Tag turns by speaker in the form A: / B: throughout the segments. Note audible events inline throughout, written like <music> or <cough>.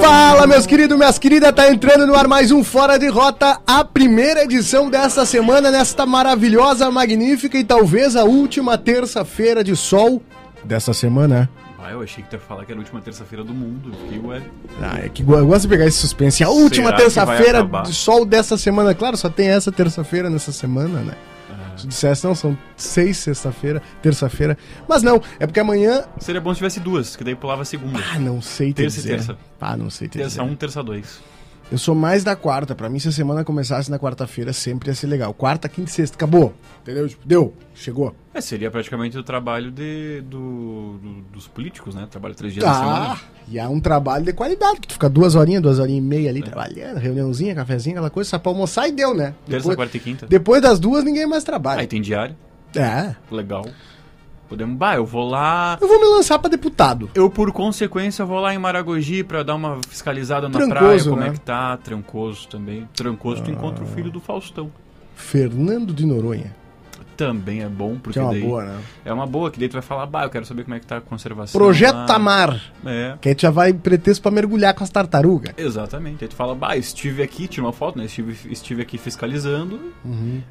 A: Fala, meus queridos, minhas queridas, tá entrando no ar mais um Fora de Rota, a primeira edição desta semana, nesta maravilhosa, magnífica e talvez a última terça-feira de sol dessa semana.
B: Ah, eu achei que tu ia falar que era a última terça-feira do mundo. Eu fiquei, ué.
A: Ah, é que eu gosto de pegar esse suspense. A última
B: Será que vai
A: terça-feira
B: acabar?
A: de sol dessa semana. Claro, só tem essa terça-feira nessa semana, né?
B: Ah.
A: Se dissesse, não, são seis sexta-feira, terça-feira. Mas não, é porque amanhã.
B: Seria bom se tivesse duas, que daí pulava a segunda.
A: Ah, não sei te
B: Terça e
A: dizer.
B: terça.
A: Ah, não sei te
B: Terça
A: dizer.
B: 1, um, terça 2.
A: Eu sou mais da quarta. Pra mim, se a semana começasse na quarta-feira, sempre ia ser legal. Quarta, quinta e sexta, acabou. Entendeu? Tipo, deu, chegou.
B: É, seria praticamente o trabalho de, do, do- dos políticos, né? Trabalho três dias na
A: Ah,
B: semana.
A: e é um trabalho de qualidade, que tu fica duas horinhas, duas horinhas e meia ali trabalhando, reuniãozinha, cafezinho, aquela coisa, só pra almoçar e deu, né?
B: Terça,
A: Depois,
B: quarta e quinta. tá.
A: depois das duas, ninguém mais
B: Aí
A: trabalha.
B: tem diário.
A: É.
B: Legal. Podemos. Bah, eu vou lá.
A: Eu vou me lançar pra deputado.
B: Eu, por consequência, vou lá em Maragogi pra dar uma fiscalizada na
A: Trancoso,
B: praia, como
A: né? Ah.
B: é que tá. Trancoso também. Trancoso, tu encontra o filho do Faustão.
A: Fernando de Noronha.
B: Também é bom,
A: Que
B: porque
A: é uma
B: daí.
A: boa, né?
B: É uma boa, que daí tu vai falar, bah, eu quero saber como é que tá a conservação.
A: Projeto
B: lá.
A: Tamar.
B: É.
A: Que aí tu já vai pretexto pra mergulhar com as tartarugas.
B: Exatamente. Aí tu fala, bah, estive aqui, tira uma foto, né? Estive, estive aqui fiscalizando.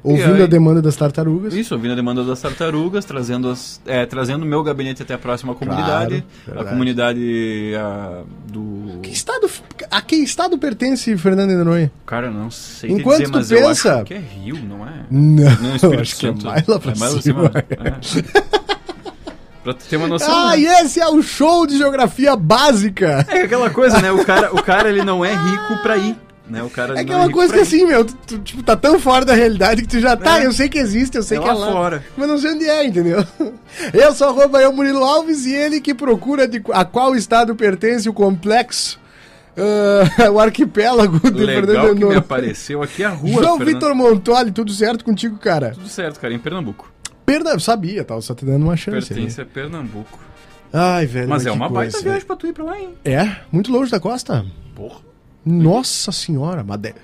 A: Ouvindo
B: aí?
A: a demanda das tartarugas.
B: Isso, ouvindo a demanda das tartarugas, trazendo as, é, trazendo o meu gabinete até a próxima comunidade.
A: verdade.
B: a comunidade a, do.
A: Que estado, a que estado pertence Fernando de Noronha?
B: Cara, eu não sei
A: Enquanto
B: te dizer,
A: tu
B: mas
A: pensa-
B: eu acho que é Rio, não é?
A: Não,
B: Não, Espírito
A: acho que é
B: Santo.
A: mais lá pra cima.
B: é.
A: <laughs>
B: Pra tu ter uma noção.
A: Ah,
B: né?
A: e esse é o show de geografia básica.
B: É aquela coisa, né? O cara, o cara ele não é rico pra ir. Né? O cara,
A: É
B: ele
A: que é
B: não
A: uma
B: rico
A: coisa
B: pra
A: que
B: ir.
A: assim, meu, tu, tu, tipo, tá tão fora da realidade que tu já tá,
B: É.
A: eu sei que existe, eu sei
B: É
A: que é
B: lá
A: lá.
B: fora.
A: Mas não sei onde é, entendeu? <laughs> Eu sou arroba eu, Murilo Alves, e ele que procura de, qu- a qual estado pertence o complexo, ah, <laughs> o arquipélago de
B: Legal que me
A: Noronha.
B: apareceu aqui a rua.
A: João
B: Fernando.
A: Vitor Montoli, tudo certo contigo, cara?
B: Tudo certo, cara, em Pernambuco.
A: Perda, eu sabia, tava só te dando uma chance. ali.
B: Pertence a Pernambuco.
A: Ai, velho,
B: Mas é
A: que
B: uma
A: coisa,
B: baita viagem pra tu ir pra lá, hein?
A: velho. É, muito longe da costa.
B: Porra.
A: Nossa senhora, mas de-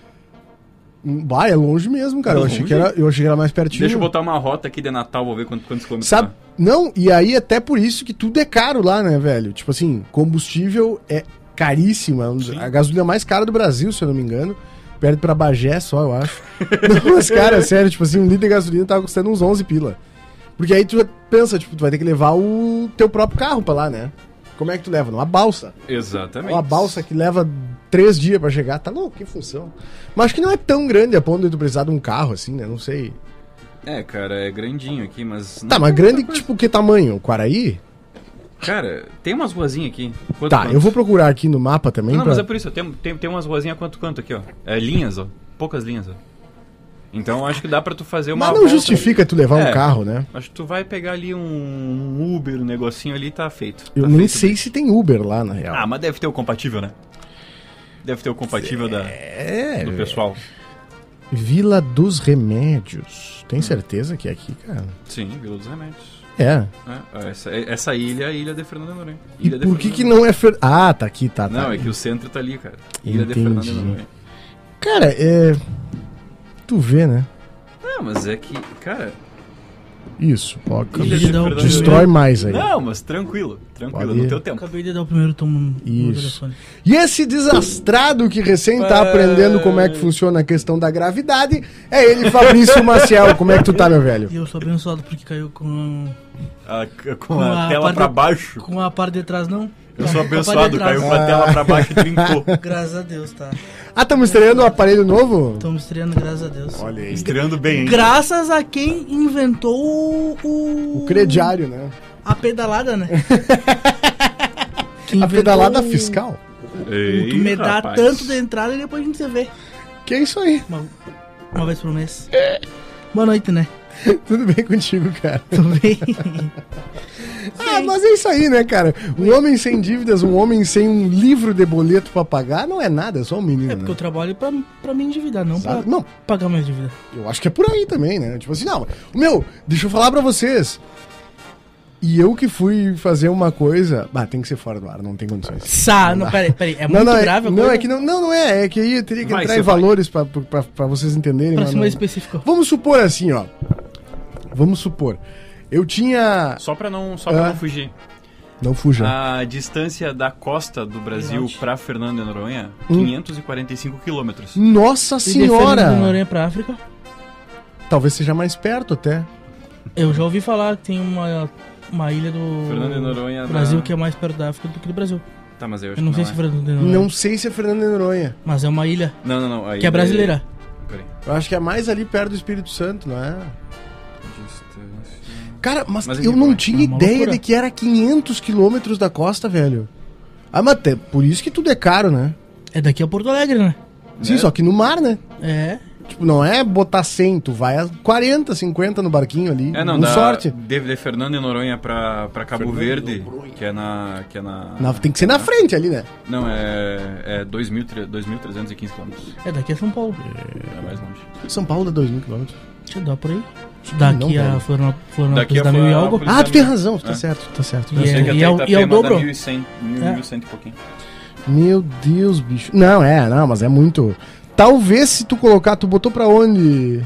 A: Bah, é longe mesmo, cara.
B: É
A: Eu, achei
B: longe?
A: que era, eu achei que era mais pertinho.
B: Deixa eu botar Ah. uma rota aqui de Natal, vou ver quantos, quantos quilômetros
A: Sabe?
B: dá.
A: Não, e aí é até por isso que tudo é caro lá, né, velho? Tipo assim, combustível é caríssimo. é um-
B: Sim.
A: A gasolina mais cara do Brasil, se eu não me engano. Perde pra Bagé só, eu acho. <laughs> não, mas, cara, sério, tipo assim, um litro de gasolina tava custando uns 11 pila. Porque aí tu pensa, tipo, tu vai ter que levar o teu próprio carro pra lá, né? Como é que tu leva? Numa balsa.
B: Exatamente.
A: Uma balsa que leva três dias pra chegar, tá louco, que função. Mas acho que não é tão grande a ponto de tu precisar de um carro, assim, né? Não sei.
B: É, cara, é grandinho aqui, mas.
A: Tá,
B: não
A: mas
B: é
A: grande,
B: muita coisa.
A: tipo, que tamanho? O Quaraí?
B: Cara, tem umas ruazinhas aqui. Quanto,
A: Tá,
B: quanto?
A: eu vou procurar aqui no mapa também.
B: Não,
A: pra-
B: mas é por isso, tem, tem, tem umas ruazinhas quanto quanto aqui, ó. É linhas, ó. Poucas linhas, ó. Então acho que dá pra tu fazer uma.
A: Mas não
B: volta.
A: justifica tu levar
B: É.
A: um carro, né?
B: Acho que tu vai pegar ali um, um Uber, um negocinho ali e tá feito.
A: Eu
B: tá
A: nem
B: feito,
A: sei se tem Uber lá, na real.
B: Ah, mas deve ter o compatível, né? Deve ter o compatível da,
A: é,
B: do pessoal.
A: Vila dos Remédios.
B: Hum.
A: Tem certeza que é aqui, cara?
B: Sim, Vila dos Remédios.
A: É.
B: É, essa, essa ilha é a ilha de Fernando Noronha.
A: E
B: Ilha de
A: por que
B: Fernando
A: que não é... Fer... Ah, tá aqui, tá, tá.
B: Noronha. Não, é que o centro tá ali, cara. Ilha de
A: Entendi.
B: Fernando Noronha.
A: Cara, é... Tu vê, né?
B: Não, mas é que, cara...
A: Isso, ó.
B: Ilha de Fernando
A: Destrói
B: Noronha.
A: mais aí.
B: Não, mas tranquilo. Tranquilo,
A: Pode ir.
B: no teu tempo.
C: Acabei de dar o primeiro tomo no
A: Isso.
C: telefone.
A: E esse desastrado que recém tá aprendendo como é que funciona a questão da gravidade é ele, Fabrício Maciel. Como é que tu tá, meu velho?
C: E eu sou abençoado porque caiu com,
B: Ah, c- com
C: Com
B: a,
C: a
B: tela
C: parte
B: pra
C: da-
B: baixo.
C: com a parte de trás, não?
B: Eu sou
C: Com a parte de
B: abençoado,
C: trás.
B: caiu com a tela pra baixo
A: <laughs>
B: e trincou.
C: Graças a Deus, tá.
A: Ah, estamos estreando um aparelho novo?
C: Estamos estreando, graças a Deus.
A: Olha aí.
B: Estreando bem, hein?
C: Graças a quem inventou o. O,
A: O crediário, né?
C: A
A: <laughs>
C: pedalada, né? Quem
A: A
C: inventou um-
A: pedalada
C: o-
A: fiscal.
B: Ei,
C: Tu me dá
B: rapaz.
C: tanto de entrada e depois a gente se vê.
A: Que é isso aí. <laughs>
C: Uma, uma vez por mês. Boa noite, né?
A: Tudo bem contigo, cara. <laughs>
C: Tudo bem?
A: Ah, mas é isso aí, né, cara? Um homem sem dívidas, um homem sem um livro de boleto pra pagar, não é nada, é só um menino.
C: É porque
A: né?
C: eu trabalho pra, pra me endividar, não pra
A: Sabe? Não,
C: pagar minha dívida.
A: Eu acho que é por aí também, né? Tipo assim, não, meu, deixa eu falar pra vocês. E eu que fui fazer uma coisa. Ah, tem que ser fora do ar, não tem condições.
C: Sa, não, peraí, peraí. É muito
A: não, é,
C: grave a
A: não,
C: coisa?
A: é que não, não, não é. É que aí eu teria que
B: Vai,
A: entrar
B: seu
A: em
B: pai.
A: valores pra, pra, pra vocês entenderem.
C: Pra
A: mas
C: ser
A: é não-
C: mais específico.
A: Vamos supor assim, ó. Vamos supor. Eu tinha.
B: Só pra não, só pra
A: Ah. Tá.
B: não fugir.
A: Não fuja.
B: A distância da costa do Brasil
C: Pênalti.
B: pra Fernando de Noronha,
A: Hum.
B: 545 quilômetros.
A: Nossa
C: E de Fernando de
A: senhora!
C: Noronha pra África.
A: Talvez seja mais perto até.
C: Eu já ouvi falar que tem uma, uma ilha do
B: Fernando de Noronha
C: Brasil
B: na-
C: que é mais perto da África do que do Brasil.
B: Tá, mas eu acho
C: Eu não
B: que
C: sei
B: não
C: se é
B: é.
C: Fernando de Noronha.
A: Não sei se é Fernando de Noronha.
C: Mas é uma ilha
B: Não, não, não. aí-
C: que é brasileira.
B: Peraí.
A: Eu acho que é mais ali perto do Espírito Santo, não é?
B: Distância...
A: Cara, mas,
B: Mas
A: eu
B: enfim,
A: não
B: vai.
A: tinha
C: É uma
A: ideia
C: loucura.
A: de que era 500 quilômetros da costa, velho. Ah, mas até por isso que tudo é caro, né?
C: É daqui a Porto Alegre, né?
A: Sim,
B: É.
A: só que no mar, né?
C: É.
A: Tipo, não é botar 100, tu vai a 40, 50 no barquinho ali.
B: É, não,
A: com
B: da,
A: sorte.
B: De, de Fernando e Noronha pra, pra Cabo Verde, que é na... Que é na,
A: Na- tem que ser na frente ali, né?
B: Não, é, é 2.000 2.315 quilômetros.
C: É daqui a São Paulo.
B: É mais longe.
A: São Paulo dá 2 mil quilômetros.
C: Deixa eu dar por aí. Daqui
A: Não,
C: a
A: velho.
C: Florianó-
B: Daqui
C: Florianópolis
B: a
C: dá mil e algo.
B: Florianópolis.
A: Ah, tu tem razão, tu tá
B: É.
A: certo, tu tá certo.
C: E
A: tá
C: é-
A: certo.
B: até
C: e é o- e é o
B: Itapema dá
C: dobro.
B: 1.100,
C: É.
B: 1.100 e pouquinho.
A: Meu Deus, bicho. Não, é, não, mas é muito. Talvez se tu colocar, tu botou pra onde?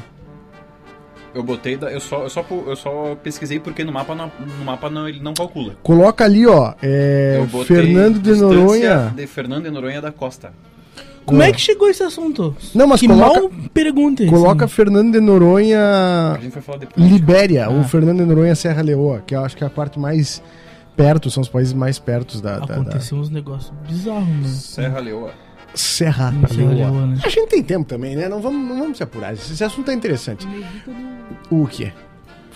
B: Eu botei, da- eu só, eu só, pu- eu só pesquisei porque no mapa, não, no mapa não, ele não calcula.
A: Coloca ali, ó. É.
B: eu botei
A: Fernando de
B: distância
A: Noronha.
B: De Fernando de Noronha da Costa.
C: Como é
A: Boa.
C: que chegou esse assunto?
A: Não, mas
C: que
A: coloca-
C: mal assim. pergunta.
A: Coloca Fernando de
B: A
A: Noronha.
B: gente foi falar depois.
A: Libéria, ou
C: Ah.
A: Fernando de Noronha Serra Leoa, que eu acho que é a parte mais perto, são os países mais perto da, da- da
C: Aconteceu uns negócios bizarros, mano.
B: Serra Leoa.
A: Serra
C: Em Serra
A: Leoa.
C: Leoa, né?
A: A gente tem tempo também, né? Não vamos, não vamos se apurar. Esse esse assunto é interessante. O que é?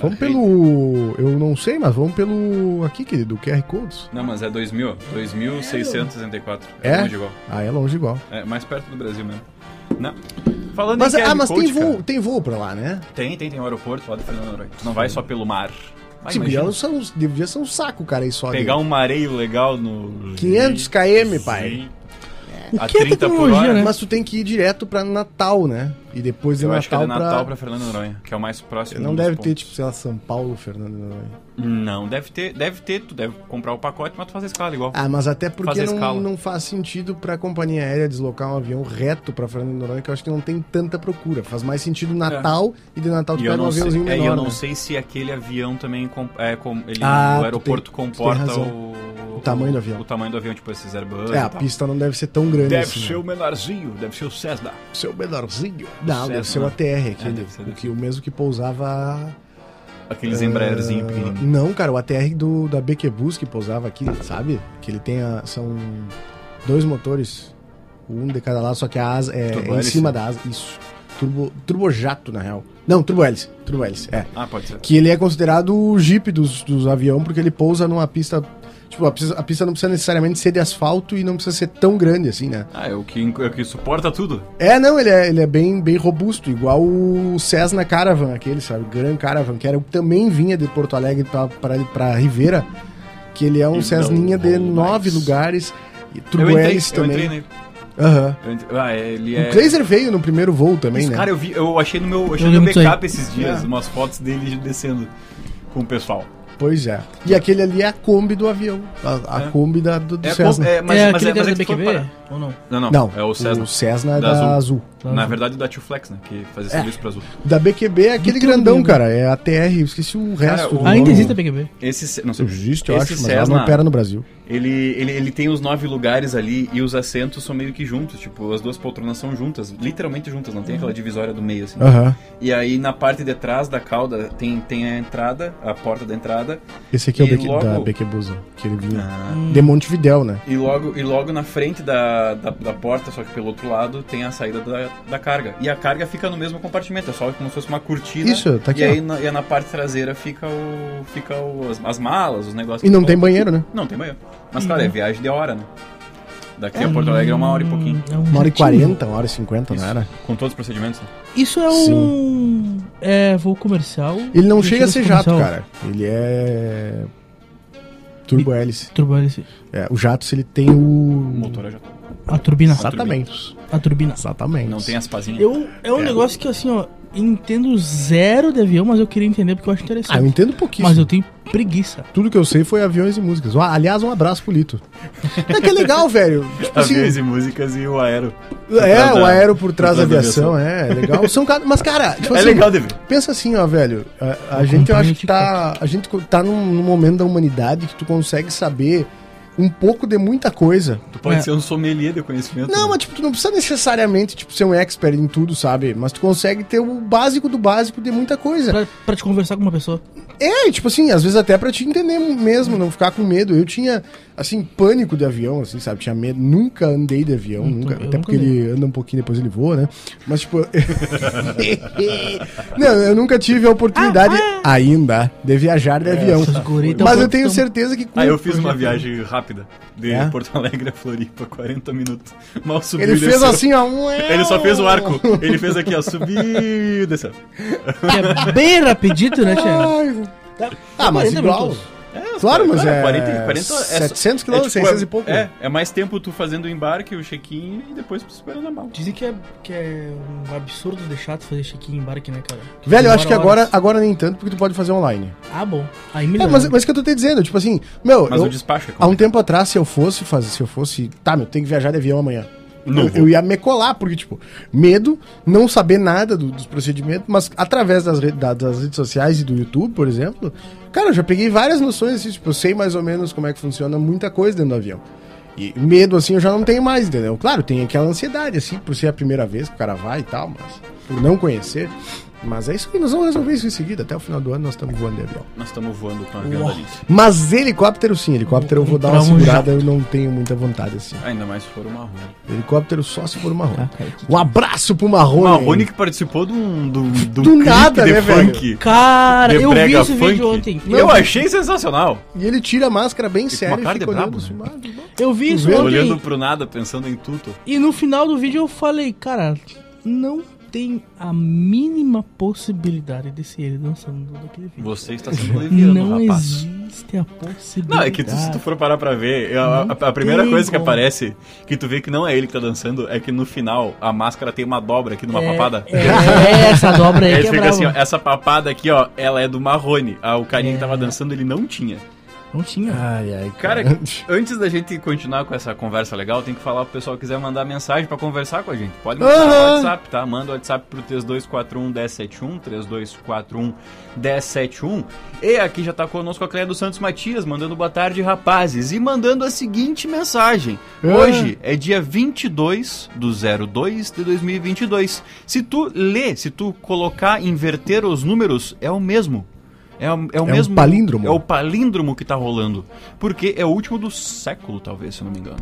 A: Vamos
B: Ah,
A: pelo. Eu não sei, mas vamos pelo. Aqui, querido, QR Codes.
B: Não, mas é 2.000, ó. 2.664.
A: É?
B: longe igual.
A: Ah, é longe igual.
B: É mais perto do Brasil mesmo. Não. Falando
A: Mas,
B: em QR
A: ah, mas tem
B: Code, cara,
A: voo, tem voo pra lá, né?
B: Tem, tem, tem um aeroporto lá do Fernando de Noronha. Tu não vai só pelo mar. Mas
A: Se
B: imagina,
A: vier, Tipo, são, devia ser um saco, cara, isso ali.
B: pegar um mareio legal no...
A: 500 km, pai.
C: O
B: A
C: que é
B: 30 por
C: tecnologia,
B: hora,
C: né?
A: Mas tu tem que ir direto pra Natal, né? E depois de
B: Eu
A: Natal,
B: acho que é de Natal pra...
A: pra...
B: Fernando de Noronha, que é o mais próximo.
A: Não
B: dos
A: deve
B: pontos.
A: ter, tipo, sei lá, São Paulo, Fernando. de Noronha.
B: Não, deve ter, deve ter, tu deve comprar o pacote, mas tu faz a escala igual.
A: Ah, mas até porque
B: Fazer
A: não,
B: escala.
A: não faz sentido pra companhia aérea deslocar um avião reto pra Fernando de Noronha, que eu acho que não tem tanta procura. Faz mais sentido Natal
B: É.
A: e de Natal tu
B: E eu
A: pega um
B: não, sei,
A: aviãozinho
B: é, e
A: menor.
B: eu não
A: né?
B: sei se aquele avião também com- é, com- ele,
A: Ah, tu
B: o aeroporto
A: tem- tu tem
B: comporta
A: razão.
B: o,
A: O tamanho do avião.
B: O tamanho do avião, tipo esses Airbus.
A: É,
B: e
A: a
B: tal.
A: pista não deve ser tão grande
B: Deve
A: assim.
B: ser o menorzinho, deve ser o Cessna.
A: Seu menorzinho. Não,
B: Cessna.
A: deve ser o ATR, aquele.
B: né? É, deve ser, deve
A: né? o, que, o mesmo que pousava.
B: Aqueles
A: ah,
B: Embraerzinho pequenininho.
A: Não, cara, o ATR do, da BQ Bus que pousava aqui, sabe? Que ele tem a, São dois motores, um de cada lado, só que a asa é, é em
B: Turbohélice.
A: cima da asa. Isso. Turbo, turbojato, na real. Não, turbohélice. Turbohélice, é.
B: Ah, pode ser.
A: Que ele é considerado o Jeep dos, dos aviões, porque ele pousa numa pista. Tipo, a pista, a pista não precisa necessariamente ser de asfalto e não precisa ser tão grande assim, né?
B: Ah, é o que, é o que suporta tudo.
A: É, não, ele é, ele é bem, bem robusto, igual o Cessna Caravan, aquele, sabe? Gran Caravan, que era, o que também vinha de Porto Alegre pra, pra, pra Ribeira, que ele é um
B: E não
A: Cessninha de
B: vou
A: nove
B: mais.
A: lugares, e
B: Eu
A: Turbo
B: entrei,
A: Hélice
B: eu
A: também.
B: entrei né? nele.
A: Aham.
B: Eu entrei- Ah, ele
A: O
B: é...
A: Glazer veio no primeiro voo também,
B: Isso,
A: né?
B: Cara, é eu, vi, eu achei no meu, achei
C: Eu
B: no meu
C: lembro disso
B: backup esses dias
A: É.
B: umas fotos dele descendo com o pessoal.
A: Pois é. E aquele ali é a Kombi do avião, a, a
B: É.
A: Kombi da, do, do
B: É,
A: Cessna.
B: é, mas,
C: é
B: mas,
C: aquele
B: é, mas é
C: da
B: que tu
C: BQB?
B: for parar.
C: Ou não?
B: Não, não,
A: Não,
B: É o Cessna.
A: o Cessna é
B: Da
A: da,
B: Azul.
A: Azul.
B: Na verdade, da Tio Flex, né? Que fazia
A: É.
B: serviço pra azul.
A: Da BQB é aquele
C: Do
A: grandão,
C: turbina.
A: cara, é a TR, eu esqueci o resto.
B: o-
A: do
C: Ainda
A: nome.
C: existe a PQB.
B: Esse, ce- não sei,
A: Existe, eu
B: esse
A: acho, mas ela não
B: Cessna,
A: opera no Brasil.
B: ele, ele, ele tem os nove lugares ali e os assentos são meio que juntos. Tipo, as duas poltronas são juntas, literalmente juntas,
C: Uhum.
B: não tem aquela divisória do meio, assim.
A: Aham.
B: E aí, na parte de trás da cauda, tem, tem a entrada, a porta da entrada.
A: Esse aqui é o
B: E
A: Beque,
B: logo-
A: da Bequebusa, que ele vinha.
B: Ah.
A: De Montevidéu, né?
B: E logo, e logo na frente da, da, da porta, só que pelo outro lado, tem a saída da, da carga. E a carga fica no mesmo compartimento, é só como se fosse uma cortina.
A: Isso, tá aqui,
B: E
A: ó.
B: aí na, e na parte traseira fica o. fica o, as, as malas, os negócios.
A: E não
B: que
A: tem Uhum.
B: colocam.
A: banheiro, né?
B: Não, tem banheiro. Mas claro, é viagem de hora, né? Daqui a Porto Alegre é uma hora e pouquinho.
C: É um
A: Uma hora e
C: jatinho.
A: quarenta, uma hora e cinquenta, Então não
B: Isso.
A: era?
B: Com todos os procedimentos, né?
C: Isso é um. É voo comercial.
A: Ele não
C: Ele
A: chega a ser jato,
C: é comercial.
A: cara. Ele é. Turbo hélice.
C: Turbo-hélice.
A: É, o jato, se ele tem o.
B: O motor é já.
C: A turbina.
A: Exatamente.
C: A turbina.
A: Exatamente.
B: Não tem as pazinhas.
C: Eu, é um
A: É.
C: negócio que assim, ó. entendo zero de avião, mas eu queria entender porque eu acho
A: Ah, eu
C: interessante.
A: entendo pouquíssimo.
C: mas eu tenho preguiça.
A: Tudo que eu sei foi aviões e músicas. Ah, Aliás, um abraço pro Lito. É que é legal, velho. Tipo assim,
B: <laughs> Aviões e músicas e o aero.
A: é,
B: trás
A: o
B: da-
A: aero por trás da
B: por trás da
A: aviação, é, é legal. São, ca- mas, cara, tipo
B: É
A: assim,
B: legal de ver.
A: pensa assim, ó, velho. A, a
C: Vou
A: gente, eu
C: comprar
A: acho
C: no
A: que tá, a gente co- tá num, num momento da humanidade que tu consegue saber um pouco de muita coisa.
B: Tu pode
C: É.
B: ser um sommelier de conhecimento.
A: Não,
B: né?
A: mas tipo, tu não precisa necessariamente tipo, ser um expert em tudo, sabe? Mas tu consegue ter o básico do básico de muita coisa.
C: Pra, pra te conversar com uma pessoa.
A: É, e, tipo assim, às vezes até pra te entender mesmo, não ficar com medo. Eu tinha, assim, pânico de avião, assim, sabe? Tinha medo. Nunca andei de avião,
C: Hum,
A: nunca.
C: eu
A: Até
C: nunca
A: porque
C: andei.
A: ele anda um pouquinho depois ele voa, né? Mas, tipo. <laughs> não, eu nunca tive a oportunidade ainda de viajar de
C: É.
A: avião.
C: Esses guri tão-
A: Então, Mas eu tenho
C: tão-
A: certeza que. com-
B: Ah, eu fiz uma viagem rápida de
A: É?
B: Porto Alegre a Floripa, 40 minutos. Mal subiu
A: Ele
B: e
A: fez
B: desceu.
A: assim, ó.
B: um Ele só fez um o arco. Ele fez aqui, ó, subiu e desceu.
C: Que é bem rapidito,
A: um <laughs>
C: né, Tia?
A: Ai, Ah, mas
C: 40
A: igual.
C: minutos.
B: É,
A: Claro, mas é
B: 40, 40 é só-
A: 700 quilômetros,
B: é,
A: 600 e pouco.
B: É, é mais tempo tu fazendo o embarque, o check-in e depois esperando a mala.
C: Dizem que é, que é um absurdo deixar de fazer check-in e embarque, né, cara? Que
A: Velho, eu
C: demora
A: acho que
C: horas.
A: agora, agora nem tanto, porque tu pode fazer online.
C: Ah, bom. Aí me
A: É,
C: lembro.
A: mas, mas o que eu tô te dizendo, tipo assim, meu,
B: Mas
A: eu-
B: o despacho é
A: há um
B: complicado.
A: tempo atrás, se eu fosse fazer, se eu fosse, tá, meu, tem que viajar de avião amanhã.
B: Não
A: Eu,
B: vou.
A: eu ia me colar, porque, tipo, medo, não saber nada do- dos procedimentos, mas através das, re- da- das redes sociais e do YouTube, por exemplo, cara, eu já peguei várias noções, assim, tipo, eu sei mais ou menos como é que funciona muita coisa dentro do avião. E medo, assim, eu já não tenho mais, entendeu? Claro, tem aquela ansiedade, assim, por ser a primeira vez que o cara vai e tal, mas por não conhecer. Mas é isso aí, nós vamos resolver isso em seguida. Até o final do ano nós estamos voando de avião.
B: Nós estamos voando com a avião da
C: Uau.
B: Alice.
A: Mas helicóptero sim, helicóptero eu vou dar uma
C: Comprar um
A: segurada, eu não tenho muita vontade assim.
B: Ainda mais se for o Marrone.
A: Helicóptero só se for o Marrone.
C: Ah, cara, que-
A: Um abraço pro Marrone.
B: O Marrone que participou de um, de um, de um
A: Do
B: clipe
A: nada,
B: de
A: né, velho?
B: funk.
C: Cara,
B: de
C: eu vi
B: brega
C: esse
B: funk.
C: vídeo ontem.
B: Eu achei sensacional.
A: E ele tira a máscara bem
B: Fica
A: séria
B: uma cara
A: e
B: de
A: fica olhando
B: brabo,
A: assim,
B: né?
A: "Ah, que bom."
C: Eu vi isso
A: Vendo?
C: ontem.
B: Olhando pro nada, pensando em tudo.
C: E no final do vídeo eu falei, cara, não tem a mínima possibilidade de ser ele dançando daquele vídeo.
B: Você está sendo leviano,
C: não
B: rapaz.
C: existe a possibilidade.
B: Não, é que tu- se tu for parar pra ver, a, a- a primeira
C: tem
B: coisa que
C: como.
B: aparece, que tu vê que não é ele que tá dançando, é que no final a máscara tem uma dobra aqui numa
C: é,
B: papada.
C: É, é,
B: <laughs>
C: essa dobra aí
B: Aí
C: que é
B: fica
C: brava.
B: assim, ó, essa papada aqui, ó, ela é do Marrone. Ah, o
C: É.
B: carinha que tava dançando, ele não tinha.
C: Não tinha.
A: Ai, ai,
B: Cara, antes da gente continuar com essa conversa legal, tem que falar pro pessoal que quiser mandar mensagem pra conversar com a gente. Pode mandar
A: Aham.
B: no WhatsApp, tá? Manda o WhatsApp pro 3241 1071, 3241 1071. E aqui já tá conosco a Cleia dos Santos Matias, mandando boa tarde, rapazes. E mandando a seguinte mensagem.
A: Ah.
B: Hoje é dia 22 do 02 de 2022. Se tu ler, se tu colocar, inverter os números, é o mesmo. É, o- é o
A: um
B: mesmo.
A: palíndromo.
B: É o palíndromo que tá rolando. Porque é o último do século, talvez, se eu não me engano.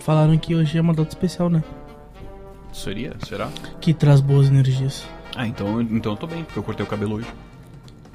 C: Falaram que hoje é uma data especial, né?
B: Seria? Será?
C: Que traz boas energias.
B: Ah, então, então eu tô bem, porque eu cortei o cabelo hoje.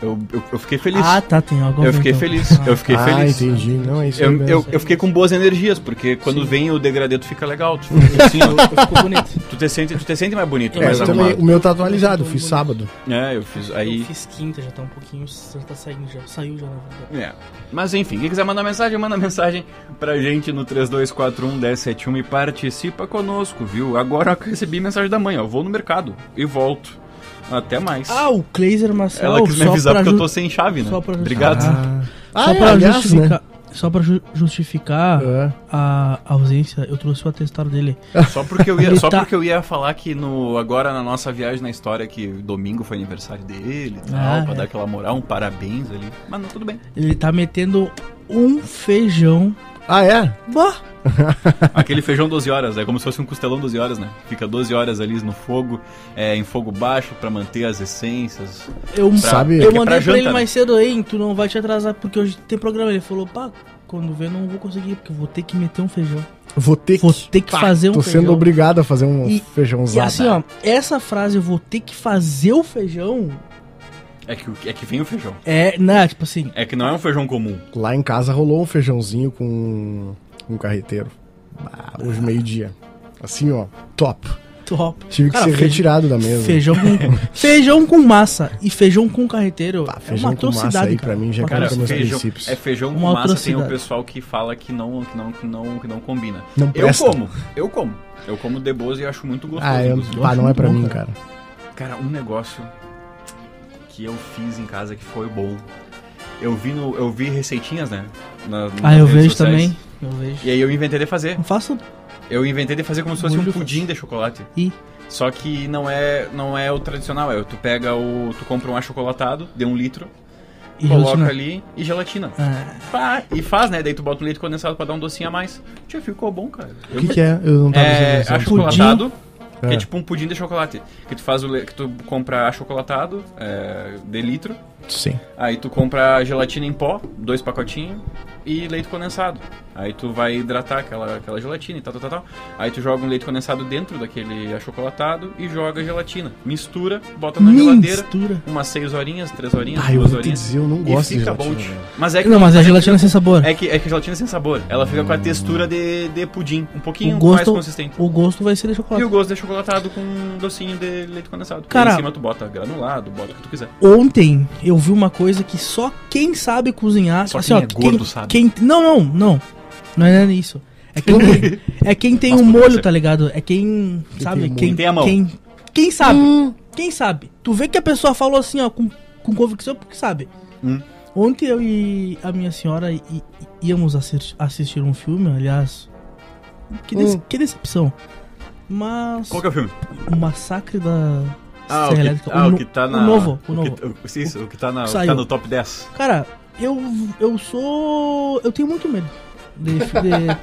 B: Eu, eu, eu fiquei feliz.
C: Ah, tá, tem algo a
B: eu
C: ver,
B: fiquei
C: então.
B: feliz.
C: Ah,
B: Eu fiquei
A: ah,
B: feliz.
A: entendi, não é isso.
B: Eu,
A: mesmo.
B: eu, eu fiquei com boas energias, porque quando vem o degradê, tu fica legal.
A: <laughs>
B: Tu, assim,
C: ficou- Ficou bonito.
B: tu, te sente, tu te sente mais bonito,
C: É,
A: É,
B: mais
A: eu
C: mas
A: também,
B: arrumado.
A: o meu tá atualizado, fiz sábado.
B: É, eu fiz. <laughs> Aí.
C: Eu fiz quinta, já tá um pouquinho. Já tá saindo, já saiu já na verdade.
B: É. Mas enfim, quem quiser mandar mensagem, manda <laughs> mensagem pra gente no 3241-1071 e participa conosco, viu? Agora eu recebi mensagem da mãe, ó. Vou no mercado e volto. Até mais.
C: Ah, o Glazer Marcel.
B: Ela quis me
C: só
B: avisar
C: pra
B: porque eu
C: ju-
B: tô sem chave, né?
C: só pra-
B: Obrigado.
C: Ah.
A: Ah,
C: só,
A: é,
C: pra
A: aliás,
C: justificar, só pra ju- justificar
A: É.
C: a a ausência, eu trouxe o atestado dele.
B: Só, porque eu ia,
C: Ele
B: só
C: tá-
B: porque eu ia falar que no, agora na nossa viagem na história que domingo foi aniversário dele e tal,
C: Ah,
B: pra
C: é.
B: dar aquela moral, um parabéns ali. Mas não, tudo bem.
C: Ele tá metendo um feijão.
A: Ah, é?
C: Bah!
B: Aquele feijão 12 horas, é como se fosse um costelão 12 horas, né? Fica 12 horas ali no fogo, é, em fogo baixo pra manter as essências.
C: Eu,
A: Sabe-
C: eu
B: Porque é pra
C: mandei pra,
B: janta,
C: ele
B: né?
C: mais cedo aí, tu não vai te atrasar porque hoje tem programa. Ele falou, pá, quando vê não vou conseguir, porque eu vou ter que meter um feijão.
A: Vou ter que,
C: Vou ter que fazer um
A: Tô
C: feijão.
A: sendo obrigado a fazer um
C: E- E
A: feijãozada.
C: assim, ó, essa frase eu vou ter que fazer o feijão
B: É que, o- é que vem o feijão.
C: é, né, tipo assim,
B: É que não é um feijão comum.
A: Lá em casa rolou um feijãozinho com um carreteiro. Bah, hoje meio-dia. Assim, ó, top.
C: top.
A: Tive que
C: Cara,
A: ser
C: feijão-
A: retirado da mesa.
C: Feijão com, <laughs> feijão com massa e feijão com carreteiro.
A: Ah,
C: é uma
A: feijão com massa
C: atrocidade,
A: aí
C: cara.
A: pra mim já
C: Uma
A: quebra
B: Cara,
A: meus
C: atrocidade.
B: feijão,
A: princípios.
B: é feijão com
C: Uma
B: massa, tem o
C: atrocidade.
B: pessoal que fala que não, que não, que não, que não combina.
A: Não
B: eu
A: presta.
B: como, eu como. Eu como de boas e acho muito gostoso.
A: Ah, eu,
B: inclusive.
A: pá, não é pra
C: Bom,
A: mim, cara.
C: cara.
B: Cara, um negócio que eu fiz em casa que foi bom. Eu vi no, eu vi receitinhas, né? Na- nas
C: Ah, eu
B: redes
C: vejo
B: sociais.
C: também. Eu vejo.
B: E aí eu inventei de fazer.
C: Não faço.
B: Eu inventei de fazer como se fosse
C: Molho
B: um pudim de chocolate.
C: Ih.
B: Só que não é, não é o tradicional, é tu pega o, tu compra um achocolatado de um litro,
C: E
B: coloca
C: gelatina.
B: ali e gelatina.
C: né? Ah,
B: Pá, e faz, né? Daí tu bota um leite condensado pra dar um docinho a mais. Tia, ficou bom, cara.
A: O que, que é? Eu não tava
B: É,
A: entendendo.
B: achocolatado, que
A: É.
B: é tipo um pudim de chocolate. Que tu faz o le- que tu compra achocolatado é, de litro,
A: Sim.
B: aí tu compra gelatina em pó, dois pacotinhos, e leite condensado. Aí tu vai hidratar aquela, aquela gelatina e tal, tal, tal, tal. Aí tu joga um leite condensado dentro daquele achocolatado e joga a gelatina. Mistura, bota na geladeira,
C: mistura.
B: umas seis horinhas, três horinhas,
A: Ah, Hum. eu
B: duas
A: vou te
B: horinhas.
A: dizer, eu não
B: E
A: gosto de
B: fica bom.
A: gelatina.
B: tio.
A: velho.
B: Mas é que
C: Não, mas é
B: é que-
C: gelatina sem sabor.
B: é que, é que gelatina sem sabor. Ela fica com
A: Hum.
B: a textura de, de pudim. Um pouquinho
C: O gosto-
B: mais consistente.
C: O gosto vai ser de
B: E
C: chocolate.
B: o gosto de chocolatado com um docinho de leite condensado.
C: Cara-
B: E em cima tu bota granulado, bota o que tu quiser.
C: Ontem eu vi uma coisa que só quem sabe cozinhar.
B: Só
C: assim,
B: quem
C: ó,
B: é gordo sabe.
C: quem- não, não, não. Não é isso. É quem tem, é quem tem
B: Mas
C: um
B: poderia
C: molho,
B: ser.
C: tá ligado? É quem. sabe?
A: tem molho.
C: quem
B: Tem a mão.
C: Quem, quem sabe? Quem sabe? Tu vê que a pessoa falou assim, ó, com, com convicção, porque sabe.
B: Hum.
C: Ontem eu e a minha senhora i- i- íamos assistir, assistir um filme, aliás. Que, dece-
A: Hum.
C: que decepção. Mas.
B: Qual que é o filme?
C: O massacre da.
B: Ah,
C: Serra
B: o que,
C: Elétrica,
B: ah,
C: o
B: o
C: no-
B: que tá na.
C: O novo, o
B: o que-
C: novo.
B: o- sim, isso, o que tá, na, o que
C: Saiu.
B: tá no top 10.
C: Cara, eu, eu sou. Eu tenho muito medo de, de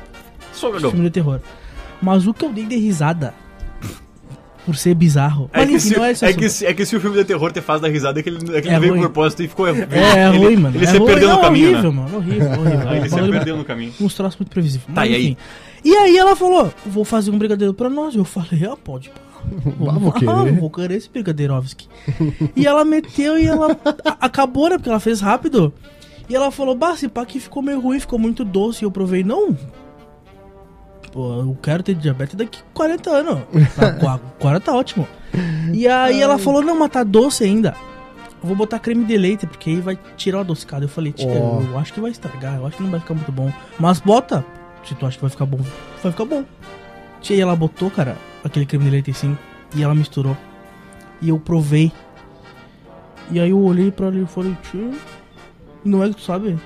B: Sou <laughs> gagão.
C: filme de terror. Mas o que eu dei de risada por ser bizarro.
B: É
C: Mas
B: que,
C: enfim,
B: se,
C: não esse o
B: é, que,
C: assunto.
B: se- é que se o filme de terror te faz dar risada, é que ele, é que ele
C: É
B: veio com
C: ruim.
B: propósito e ficou. É,
C: É, é ruim, mano.
B: Ele
C: é
B: se
C: ruim,
B: perdeu
C: não,
B: no caminho,
C: horrível,
B: né?
C: mano. Horrível, horrível. É um
B: Aí ele se
C: Bagulho-
B: perdeu no caminho.
C: Uns troços muito previsíveis.
B: Tá,
C: Mas,
B: e aí?
C: enfim. E aí ela falou: vou fazer um brigadeiro pra nós. Eu falei: ah, pode. pá.
A: <laughs> Ah, vou
C: Ah,
A: querer.
C: vou querer esse brigadeirovski. <laughs> e ela meteu e ela a- acabou, né? Porque ela fez rápido. E ela falou, bah, esse pá aqui ficou meio ruim, ficou muito doce. E eu provei, não. Pô, eu quero ter diabetes daqui 40 anos. Tá, <laughs> qu- Agora tá ótimo. E aí ela falou, não, mas tá doce ainda. Eu Vou botar creme de leite, porque aí vai tirar o adocicado. Eu falei, tia,
A: Ó.
C: eu acho que vai estragar, eu acho que não vai ficar muito bom. Mas bota, se tu acha que vai ficar bom, vai ficar bom. Tia, e ela botou, cara, aquele creme de leite assim, e ela misturou. E eu provei. E aí eu olhei pra ele e falei, tio, não é que tu sabe?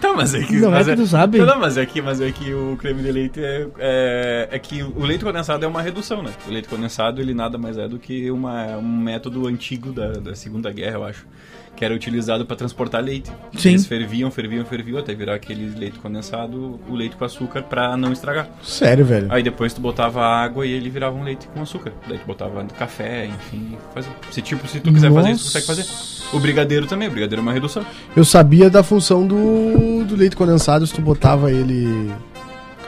B: Tá, mas é que.
C: Não é
B: mas
C: que tu sabe?
B: Não, mas é que, mas é que o creme de leite é, é. é que o leite condensado é uma redução, né? O leite condensado ele nada mais é do que uma, um método antigo da, da Segunda Guerra, eu acho. Que era utilizado para transportar leite.
C: Sim.
B: Eles ferviam, ferviam, ferviam até virar aquele leite condensado, o leite com açúcar para não estragar.
A: Sério, velho.
B: Aí depois tu botava água e ele virava um leite com açúcar. Daí tu botava café, enfim, fazia. Se tipo, se tu quiser fazer isso, tu consegue fazer. O brigadeiro também, o brigadeiro é uma redução.
A: Eu sabia da função do, do leite condensado se tu botava ele.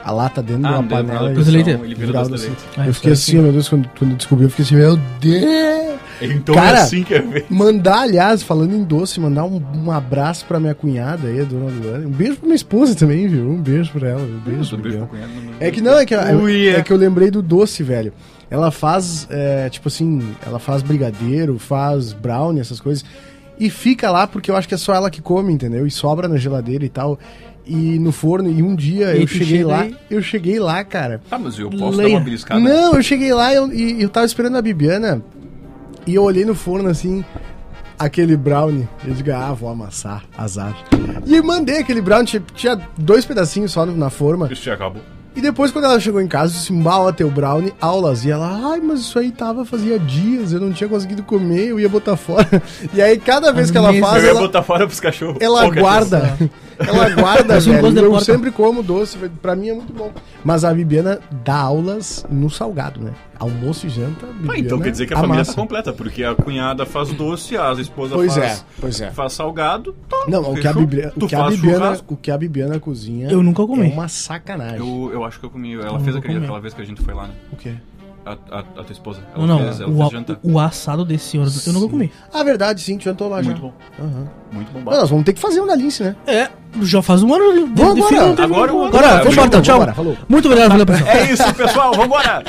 A: a lata dentro de
B: Ah,
A: uma
B: não deu
A: panela.
B: nada
A: e
B: pra
C: leite. é
B: ele vira
A: virava
B: doce de
A: assim.
B: leite.
C: Ah,
A: Eu fiquei
C: isso
A: assim, meu Deus, quando, quando eu descobri, eu fiquei assim, meu Deus!
B: Então
A: Cara,
B: é assim que é ver.
A: Mandar, aliás, falando em doce, mandar um, um abraço pra minha cunhada aí, a dona Luana. Um beijo pra minha esposa também, viu? Um beijo pra ela. Um
B: Eu
A: beijo,
B: dou beijo
A: Miguel.
B: pra cunhado, não dou
A: É que
B: beijo.
A: não, é que, é,
B: tá né? Ui, é.
A: é que eu lembrei do doce, velho. Ela faz, é, tipo assim, ela faz brigadeiro, faz brownie, essas coisas. E fica lá porque eu acho que é só ela que come, entendeu? E sobra na geladeira e tal. E no forno. E um dia
C: E
A: eu
C: tu
A: cheguei
C: chega
A: lá,
C: aí?
A: eu cheguei lá, cara.
B: Ah, mas eu posso
C: Leia.
B: dar uma beliscada?
A: Não, eu cheguei lá eu- e eu tava esperando a Bibiana. E eu olhei no forno assim, aquele brownie. Eu digo, ah, vou amassar, azar. E eu mandei aquele brownie, tinha- tinha dois pedacinhos só na forma.
B: Isso já acabou.
A: E depois, quando ela chegou em casa, eu disse, mal teu brownie, aulas. E ela, ai, mas isso aí tava fazia dias, eu não tinha conseguido comer, eu ia botar fora. <laughs> E aí, cada vez que ela
C: mesmo.
A: faz,
B: eu ia
A: ela,
B: botar fora pros cachorros.
A: ela
B: Qualquer
A: guarda. Ela guarda,
C: Parece um
A: velho.
C: gosto de
A: Eu
C: porta.
A: sempre como doce, velho, pra mim é muito bom. Mas a Bibiana dá aulas no salgado, né? Almoço e janta,
B: coisa.
A: Bibiana
B: Ah, então quer dizer que a família
A: né? amassa.
B: tá completa, porque a cunhada faz doce, a esposa
A: Pois
B: faz,
A: é, pois é.
B: faz salgado. Tá,
A: Não, o que, a
B: fechou.
A: Bibiana, o,
B: Tu
A: que a
B: faz
A: Bibiana,
B: churrasco.
A: o que a Bibiana cozinha
C: Eu nunca comi.
A: é uma sacanagem.
B: Eu, eu acho que eu comi. Ela
C: Eu
B: fez
C: vou
B: aquele,
C: comer.
B: aquela vez que a gente foi lá, né?
A: O quê?
B: A, a, a tua esposa. Ela
C: Não, não,
B: fez, ela
C: o,
B: fez
C: a-
B: jantar.
C: o assado desse senhor eu nunca comi.
A: Ah, verdade, sim, te jantou lá já.
B: Muito bom.
A: Aham.
B: Muito bom.
A: Mas nós vamos ter que fazer um da Lince, né?
C: É, já faz um ano de, de,
A: Vamos
C: de
A: embora.
C: filme, não Tá, teve
B: Agora o
C: nenhum.
B: ano,
C: Agora,
B: cara.
C: vamos embora,
A: Vamos
C: tchau.
A: embora, então, falou.
C: Muito obrigado pela pessoal.
B: É isso, pessoal. Vambora!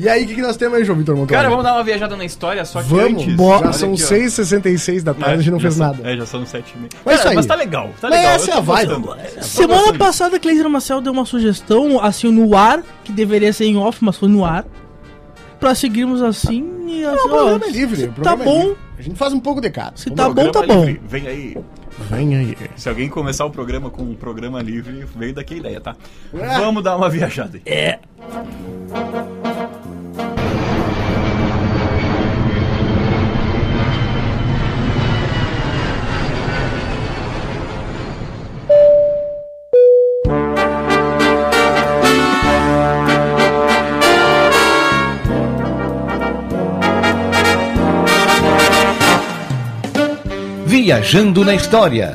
A: E aí, o que, que nós temos aí, João Vitor Montoya?
B: Cara, vamos dar uma viajada na história, só que
A: Vamos,
B: antes.
A: bo-
B: olha
A: já são
B: aqui, ó.
A: 6h66 da tarde, a gente não
B: já
A: fez
B: são-
A: nada.
B: É, já são sete e meia.
A: Mas
B: Cara,
A: isso aí.
B: Mas tá legal, tá
A: Mas
B: legal.
A: essa é
B: eu tô
A: a vibe.
B: gostando. Eu tô
C: Semana
B: gostando.
C: passada, a Cleiser Marcel deu uma sugestão, assim, no ar, que deveria ser em off, mas foi no ar, pra seguirmos assim e
A: Não, o programa é
C: se-
A: livre.
C: Se
A: o
C: tá
A: programa é
C: bom,
A: livre. A gente faz um pouco de cada.
C: se
A: Vamos
C: tá
A: lá.
C: bom, tá
B: Programa
C: bom.
B: livre. Vem aí.
A: Vem aí.
B: Se alguém começar o programa com um programa livre, veio daqui a ideia, tá?
A: Ué.
B: Vamos dar uma viajada aí.
C: É.
D: Viajando na História.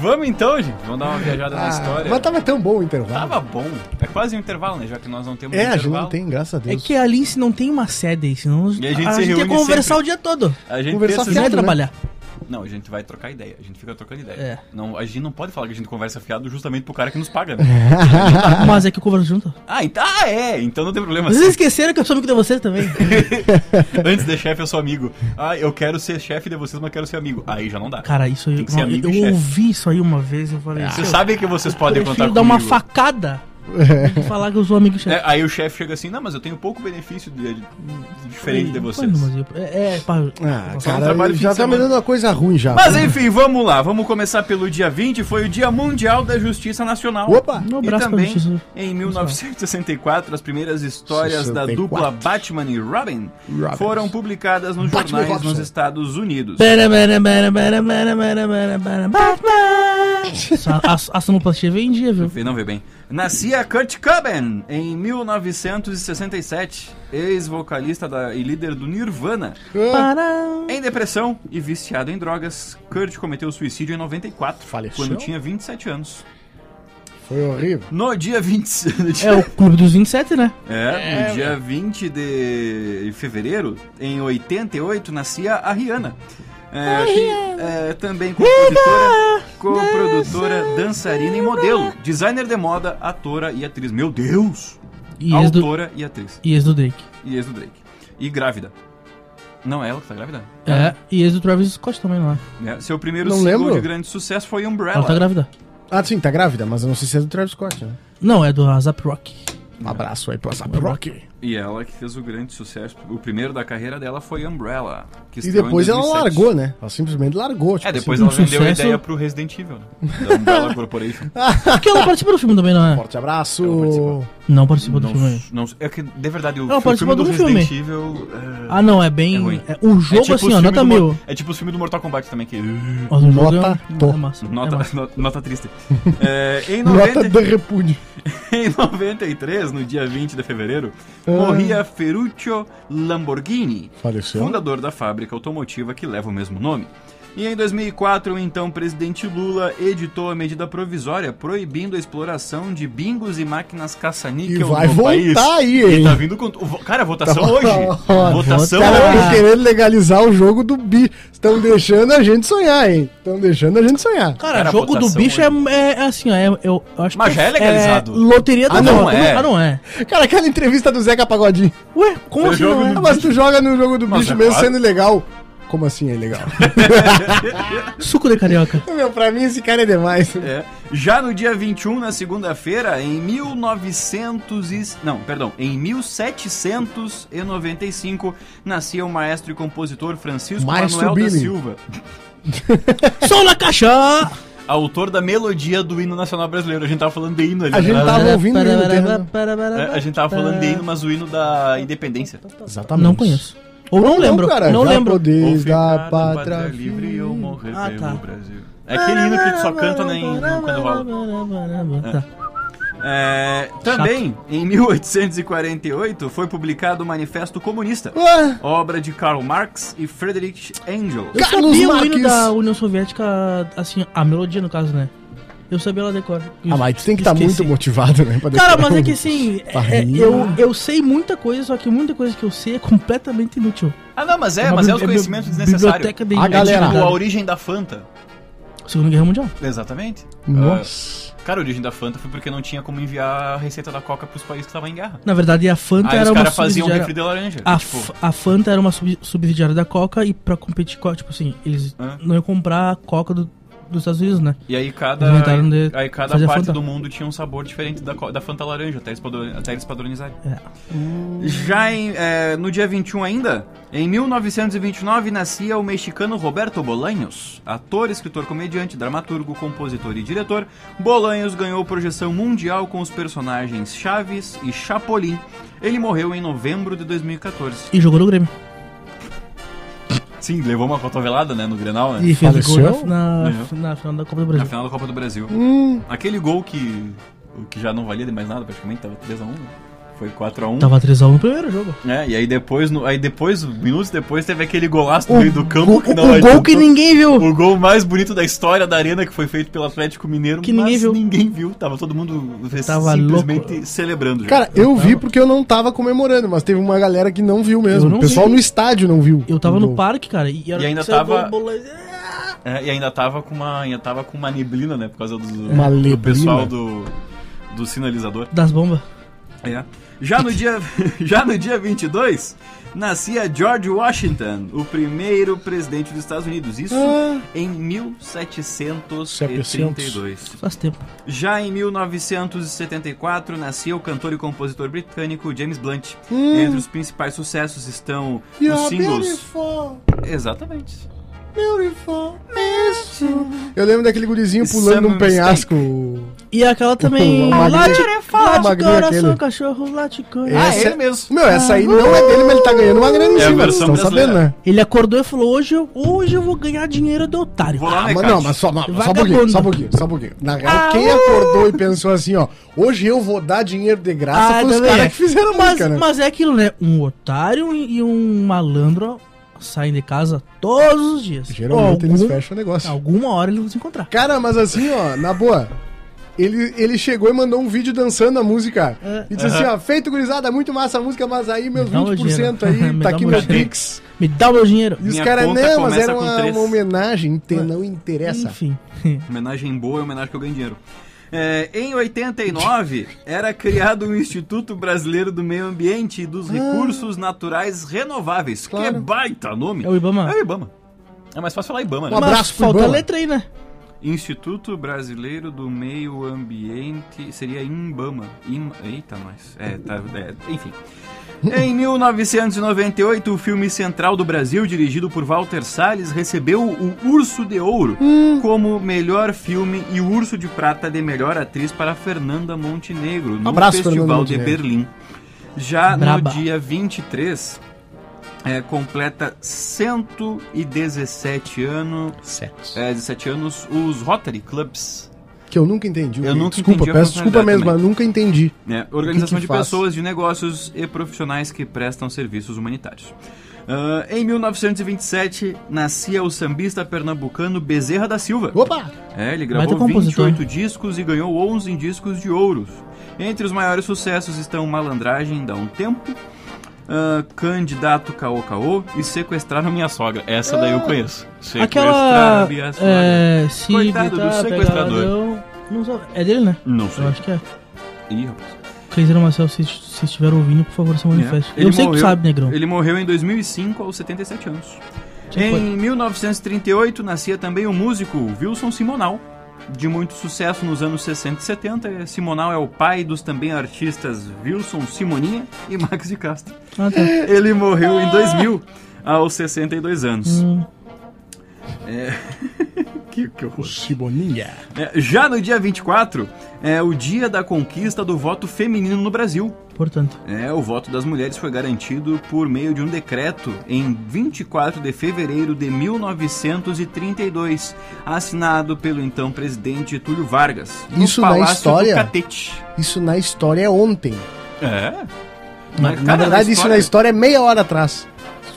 B: Vamos então, gente. Vamos dar uma viajada na
A: Ah,
B: história.
A: Mas tava tão bom o intervalo.
B: Tava bom. É quase um intervalo, né? Já que nós não temos
A: É, a gente
B: intervalo.
A: não tem, graças a
C: É
A: Deus.
C: que a Lince não tem uma sede aí, senão
B: E a gente
C: a
B: se
C: gente ia
B: reúne
C: conversar
B: sempre.
C: o dia todo.
B: A gente
A: Conversar
C: Não
B: precisa...
C: ia
A: Fiado, né?
C: trabalhar.
B: Não, a gente vai trocar ideia. A gente fica trocando ideia.
C: É.
B: Não, a gente não pode falar que a gente conversa fiado justamente pro cara que nos paga, né?
A: ah.
C: Mas é que eu converso junto.
B: ah, então, ah, é. Então não tem problema.
A: <laughs>
C: Vocês esqueceram que eu sou amigo de
B: <laughs>
C: vocês também.
B: Antes de chefe, eu sou amigo. Ah, eu quero ser chefe de vocês, mas quero ser amigo. Aí já não dá.
C: Cara, isso aí.
B: Tem que ser
C: eu-
B: amigo e
C: eu
B: chefe. Ah,
C: ouvi isso aí uma vez eu falei.
B: Vocês
C: "Seu,
B: sabem que vocês podem
C: eu
B: contar comigo.
C: prefiro dar uma facada do que falar que eu sou amigo chefe.
B: É, aí o chefe chega assim, não, mas eu tenho pouco benefício de- de- diferente de vocês.
C: Mano, mas eu- É, é, pá,
A: Ah,
C: nossa,
A: cara,
B: um trabalho fim
A: já
B: de
A: tá me
B: semana.
A: dando uma coisa ruim já.
B: Mas enfim, vamos lá. Vamos começar pelo dia 20, foi o Dia Mundial da Justiça Nacional.
A: Opa!
C: um
B: E
C: abraço pra
B: também,
C: justiça.
B: em 1964, as primeiras histórias da
A: 64.
B: dupla Batman e Robin,
A: Robin.
B: foram publicadas nos
A: Batman e
B: jornais nos
A: Robson.
B: Estados Unidos.
C: Bera, bera, bera, bera, bera, bera, bera, bera, Batman! Essa- A, a sonoplastia vendia, viu?
B: Vê, Não vê bem. Nascia Kurt Cobain em 1967, ex-vocalista da- e líder do Nirvana.
A: Ah,
C: Para.
B: Em depressão e viciado em drogas, Kurt cometeu suicídio em 94,
A: Faleceu?
B: quando tinha 27 anos.
A: Foi horrível.
B: No dia 20... <laughs> no dia-
C: É o Clube dos 27, né?
B: É, no dia 20 de fevereiro, em 88, nascia a Rihanna. É, que é também compositora, co-produtora, dançarina e modelo, designer de moda, atora e atriz. Meu Deus!
C: E ex do,
B: Autora e atriz.
C: e ex do Drake.
B: E ex do Drake. E grávida. Não é ela que tá grávida?
C: É, e ex do Travis Scott também lá.
B: É, seu primeiro
A: Não
B: single
A: lembro.
B: de grande sucesso foi
C: Ela
B: Umbrella.
C: tá grávida.
A: Ah, sim, tá grávida, mas eu não sei se é do Travis Scott, né?
C: Não, é do Zap Rock.
A: Um abraço aí pro Zap Rock.
B: E ela que fez o grande sucesso. O primeiro da carreira dela foi Umbrella.
A: E
B: que estreou em
A: depois ela
B: 2007.
A: largou, né? Ela simplesmente largou.
B: É,
A: tipo
B: depois
A: assim.
B: ela vendeu a
C: sucesso.
B: ideia pro Resident Evil, né? Da Umbrella Corporation.
C: <laughs> Porque ela participou do filme também, não
B: <laughs>
C: é?
A: um Forte abraço.
B: Ela participou.
C: Não participou do
B: Não-
C: filme. aí.
B: não- é que, de verdade, o,
C: Ela
B: fi- o filme
C: participou
B: do
C: de um filme.
B: Resident Evil. é-
C: Ah, não, é bem.
B: É ruim.
C: é- o jogo,
B: tipo
C: assim,
B: o
C: ó,
B: filme
C: nota
B: do
C: mil.
B: Mor- É tipo o filme do Mortal Kombat também, que. <laughs>
C: Mas o jogo é-
A: Nota
C: é
A: to.
C: massa, é
B: Nota,
C: massa.
B: no- nota
C: <laughs>
B: triste. É, em,
A: Nota
B: 90,
A: de repúdio.
B: em 93, no dia 20 de fevereiro,
A: Ah.
B: morria Ferruccio Lamborghini,
A: Faleceu.
B: fundador da fábrica automotiva que leva o mesmo nome. E em 2004, o então presidente Lula editou a medida provisória proibindo a exploração de bingos e máquinas
A: E
B: caça-níquel no
A: vai voltar
B: país.
A: aí,
B: Ele
A: hein?
B: tá vindo com. o vo- Cara, votação
A: Tá-
B: hoje!
A: Ó,
B: Votação
A: Os caras
B: hoje!
A: estão querendo legalizar o jogo do bi. Estão deixando a gente sonhar, hein? Estão deixando a gente sonhar.
C: Cara,
B: Cara, a
C: jogo do
B: votação
C: bicho é, é- é assim, ó. é- eu, eu acho
B: Mas
C: que
B: já é legalizado.
C: loteria do
B: Ah, não
C: voto,
B: é.
C: Ah, não é.
A: Cara, aquela entrevista do Zeca Pagodinho.
C: Ué, como
B: Eu
C: assim
B: jogo
C: não é?
A: Ah, mas tu joga no jogo do
B: Nossa,
A: bicho
B: é
A: mesmo
B: claro.
A: sendo ilegal. Como assim é
B: <laughs>
A: ilegal?
C: Suco de carioca.
A: Meu, pra mim esse cara é demais.
B: É. Já no dia 21, na segunda-feira, em 1900 e... Não, perdão, em 1795, nascia o maestro e compositor Francisco
A: Maestro
B: Manuel da
A: Billy.
B: Silva,
C: Sou na caixa!
B: autor da melodia do hino nacional brasileiro. A gente tava falando de hino ali.
A: A gente
B: né?
A: tava ouvindo o hino dele.
B: É, a gente tava falando de hino, mas o hino da independência.
A: Exatamente.
C: Não conheço. Ou não lembro. Não
A: já
C: lembro.
B: Ou
A: Podeis
B: ficar
A: da
B: na
A: pátria
B: livre ou morrer
C: Ah,
B: pelo
C: tá.
B: Brasil. É aquele hino que tu só canta né, em, quando rola.
C: Tá.
B: É, também, em 1848, foi publicado o Manifesto Comunista,
A: Ué,
B: obra de Karl Marx e Friedrich Engels.
C: Eu
A: Carlos
C: sabia o hino
A: Marques.
C: da União Soviética, assim, a melodia no caso, né? Eu sabia ela decora.
A: Ah, mas tu tem que estar
C: Esqueci.
A: muito motivado, né? pra
C: Cara,
A: decorar
C: mas é
A: um-
C: que assim, é- é-
A: Parrinha.
C: eu, eu sei muita coisa, só que muita coisa que eu sei é completamente inútil.
B: Ah, não, mas é,
C: uma
B: mas é os
C: bibli-
B: conhecimentos
C: bi-
B: desnecessários.
C: Biblioteca de
A: A galera.
B: Tipo, a origem da Fanta.
C: Segunda Guerra Mundial.
B: Exatamente.
A: Nossa.
B: Cara, a origem da Fanta foi porque não tinha como enviar a receita da Coca pros países que estavam em guerra.
C: Na verdade, a Fanta
B: Aí
C: era
B: os
C: uma
B: caras faziam um
C: subsidiária.
B: refri de laranja.
C: A,
B: tipo,
C: F- a Fanta era uma sub- subsidiária da Coca e pra competir com a, tipo assim, eles
B: Hã?
C: não iam comprar a Coca do- dos Estados Unidos, né?
B: e aí cada,
C: Eles inventaram de
B: aí cada
C: fazer a
B: parte
C: Fanta.
B: do mundo tinha um sabor diferente da, co- da Fanta laranja, até eles, padro- até eles padronizarem.
C: É.
B: Já em, é, no dia 21 ainda, em 1929 nascia o mexicano Roberto Bolaños. Ator, escritor, comediante, dramaturgo, compositor e diretor, Bolaños ganhou projeção mundial com os personagens Chaves e Chapolin. Ele morreu em novembro de 2014.
C: E jogou no Grêmio.
B: Sim, levou uma cotovelada, né, no Grenal, né?
C: E fez o
A: Faleceu?
C: gol na, na,
B: Uhum.
C: na final da Copa do
B: Na
C: Brasil.
B: final da Copa do Brasil.
A: Hum,
B: Aquele gol que o que já não valia de mais nada, praticamente tava 3 a 1, né? Foi 4 a 1.
C: Tava 3x1 no primeiro jogo.
B: É, e aí depois, no, aí depois, minutos depois, teve aquele golaço no
A: O
B: meio do campo
A: gol-
B: que não
C: o gol
B: adiantou.
C: que ninguém viu.
B: O gol mais bonito da história da arena que foi feito pelo Atlético Mineiro,
C: Que ninguém
B: mas
C: viu.
B: ninguém viu. Tava todo mundo
C: Tava
B: simplesmente
C: louco.
B: celebrando. já.
A: Cara, eu vi porque eu não tava comemorando, mas teve uma galera que não viu mesmo.
C: Eu não
A: o pessoal
C: vi.
A: no estádio não viu.
C: Eu tava
A: O
C: no
A: gol.
C: parque, cara, e, era
B: E ainda
C: que saiu o
B: tava-
C: gol, bola- Ah!
B: É, e ainda tava com uma, ainda tava com uma neblina, né, por causa do,
A: Uma
B: do pessoal
A: neblina.
B: do, do sinalizador.
C: Das bombas.
B: É. Já no dia, <laughs> já no dia 22, nascia George Washington, o primeiro presidente dos Estados Unidos. Isso
A: Ah.
B: em 1732.
C: Faz tempo.
B: Já em 1974, nascia o cantor e compositor britânico James Blunt.
A: Hum.
B: Entre os principais sucessos estão os
A: You're
B: singles.
A: beautiful,
B: Exatamente.
A: beautiful mesmo. Eu lembro daquele gurizinho pulando
B: Some
A: um penhasco.
C: E aquela também.
A: Uma
C: Late,
A: magrinha-
C: late
A: magrinha
C: coração,
A: aquele.
C: cachorro, late coração.
B: Ah,
A: Essa-
B: ele mesmo.
A: Meu, essa
C: Ah.
A: aí não é dele, mas ele tá ganhando uma grana em
B: É a
A: cima. Vocês
B: versão
A: estão
B: brasileira.
A: sabendo, né?
C: Ele acordou e falou: hoje eu, hoje eu vou ganhar dinheiro do otário.
B: Vou lá,
A: Ah,
B: né,
A: mas
B: Cássio?
A: não, mas só, mas só um pouquinho,
C: Vagabundo. Ah.
A: só um pouquinho, só um pouquinho. Na real, quem acordou e pensou assim, ó, hoje eu vou dar dinheiro de graça foi os
C: também
A: caras
C: é.
A: que fizeram a
C: mas,
A: música, né?
C: Mas é aquilo, né? Um otário e um malandro saem de casa todos os dias.
A: Geralmente
C: um- Algum-
A: eles fecham o negócio.
C: Alguma hora eles vão se encontrar.
A: Cara, mas assim, ó, na boa. Ele, ele chegou e mandou um vídeo dançando a música.
C: É.
A: E disse assim, ó, feito gurizada, muito massa a música, mas aí meus
C: Me dá o
A: 20%
C: dinheiro.
A: aí,
C: <laughs> Me
A: tá
C: dá
A: aqui
C: o
A: meu
C: dinheiro.
A: Pix.
C: Me dá o meu dinheiro.
A: E os
B: Minha
A: caras,
B: conta
A: não, mas
B: começa
A: era
B: com
A: uma,
B: três.
A: uma homenagem, te- não interessa.
C: Enfim. <laughs>
B: Homenagem boa é homenagem que eu ganho dinheiro. É, em 89, era criado o Instituto Brasileiro do Meio Ambiente e dos Recursos Naturais Renováveis. Que
A: Claro.
B: baita nome!
C: É o Ibama.
B: É o Ibama. É mais fácil falar Ibama, né?
A: Um abraço
C: Mas
A: pro
C: falta
A: Ibama.
C: a letra aí, né?
B: Instituto Brasileiro do Meio Ambiente seria Imbama. Im... Eita, nós. É, tá, é, enfim. Em 1998, o filme Central do Brasil, dirigido por Walter Salles, recebeu o Urso de Ouro
A: Hum.
B: como melhor filme e o Urso de Prata de melhor atriz para Fernanda Montenegro no
A: Abraço, Fernanda
B: Festival de
A: Montenegro.
B: Berlim. Já
C: Braba.
B: no dia 23, é, completa 117 anos
D: Sete.
B: é, 17 anos, os Rotary Clubs,
A: Que eu nunca entendi. o
B: Eu
A: que-
B: nunca
A: desculpa,
B: entendi a
A: peço desculpa
B: personalidade
A: mesmo, mas eu nunca entendi.
B: né, organização
A: O que que
B: de
A: faz?
B: pessoas de negócios e profissionais que prestam serviços humanitários. Ah, em 1927, nascia o sambista pernambucano Bezerra da Silva.
A: Opa!
B: É, ele
C: Baita
B: gravou
C: compositor.
B: 28 discos e ganhou 11 discos de ouros. Entre os maiores sucessos estão Malandragem, Dá um Tempo, ah, Candidato Caô Caô e Sequestraram Minha Sogra. Essa daí eu
A: Ah,
B: conheço.
C: Aquela. É, se
B: né? Coitado do
C: gritar,
B: sequestrador.
C: pegadão, Não sabe. É dele, né?
B: Não
C: Eu
B: sei.
C: acho que é.
B: Ih, rapaz.
C: Kaiser Marcel, se, se estiver ouvindo, por favor, se manifeste.
B: Né? É. Ele
C: Eu sei que tu
B: morreu-
C: sabe, Negrão.
B: Ele morreu em 2005 aos 77 anos.
C: Sim, foi.
B: Em 1938 nascia também o músico Wilson Simonal. De muito sucesso nos anos 60 e 70, Simonal é o pai dos também artistas Wilson Simoninha e Max de Castro.
C: Ah, tá.
B: Ele morreu em 2000 aos 62 anos. É,
C: Hum,
B: <laughs> Que, que horror.
A: Ciboninha.
B: É, já no dia 24 é o dia da conquista do voto feminino no Brasil.
C: importante.
B: É, o voto das mulheres foi garantido por meio de um decreto em 24 de fevereiro de 1932, assinado pelo então presidente Túlio Vargas. no
A: Isso na
B: Palácio
A: história?
B: Do Catete.
A: Isso na história é ontem.
B: É.
A: Na, verdade, isso na história é meia é hora atrás.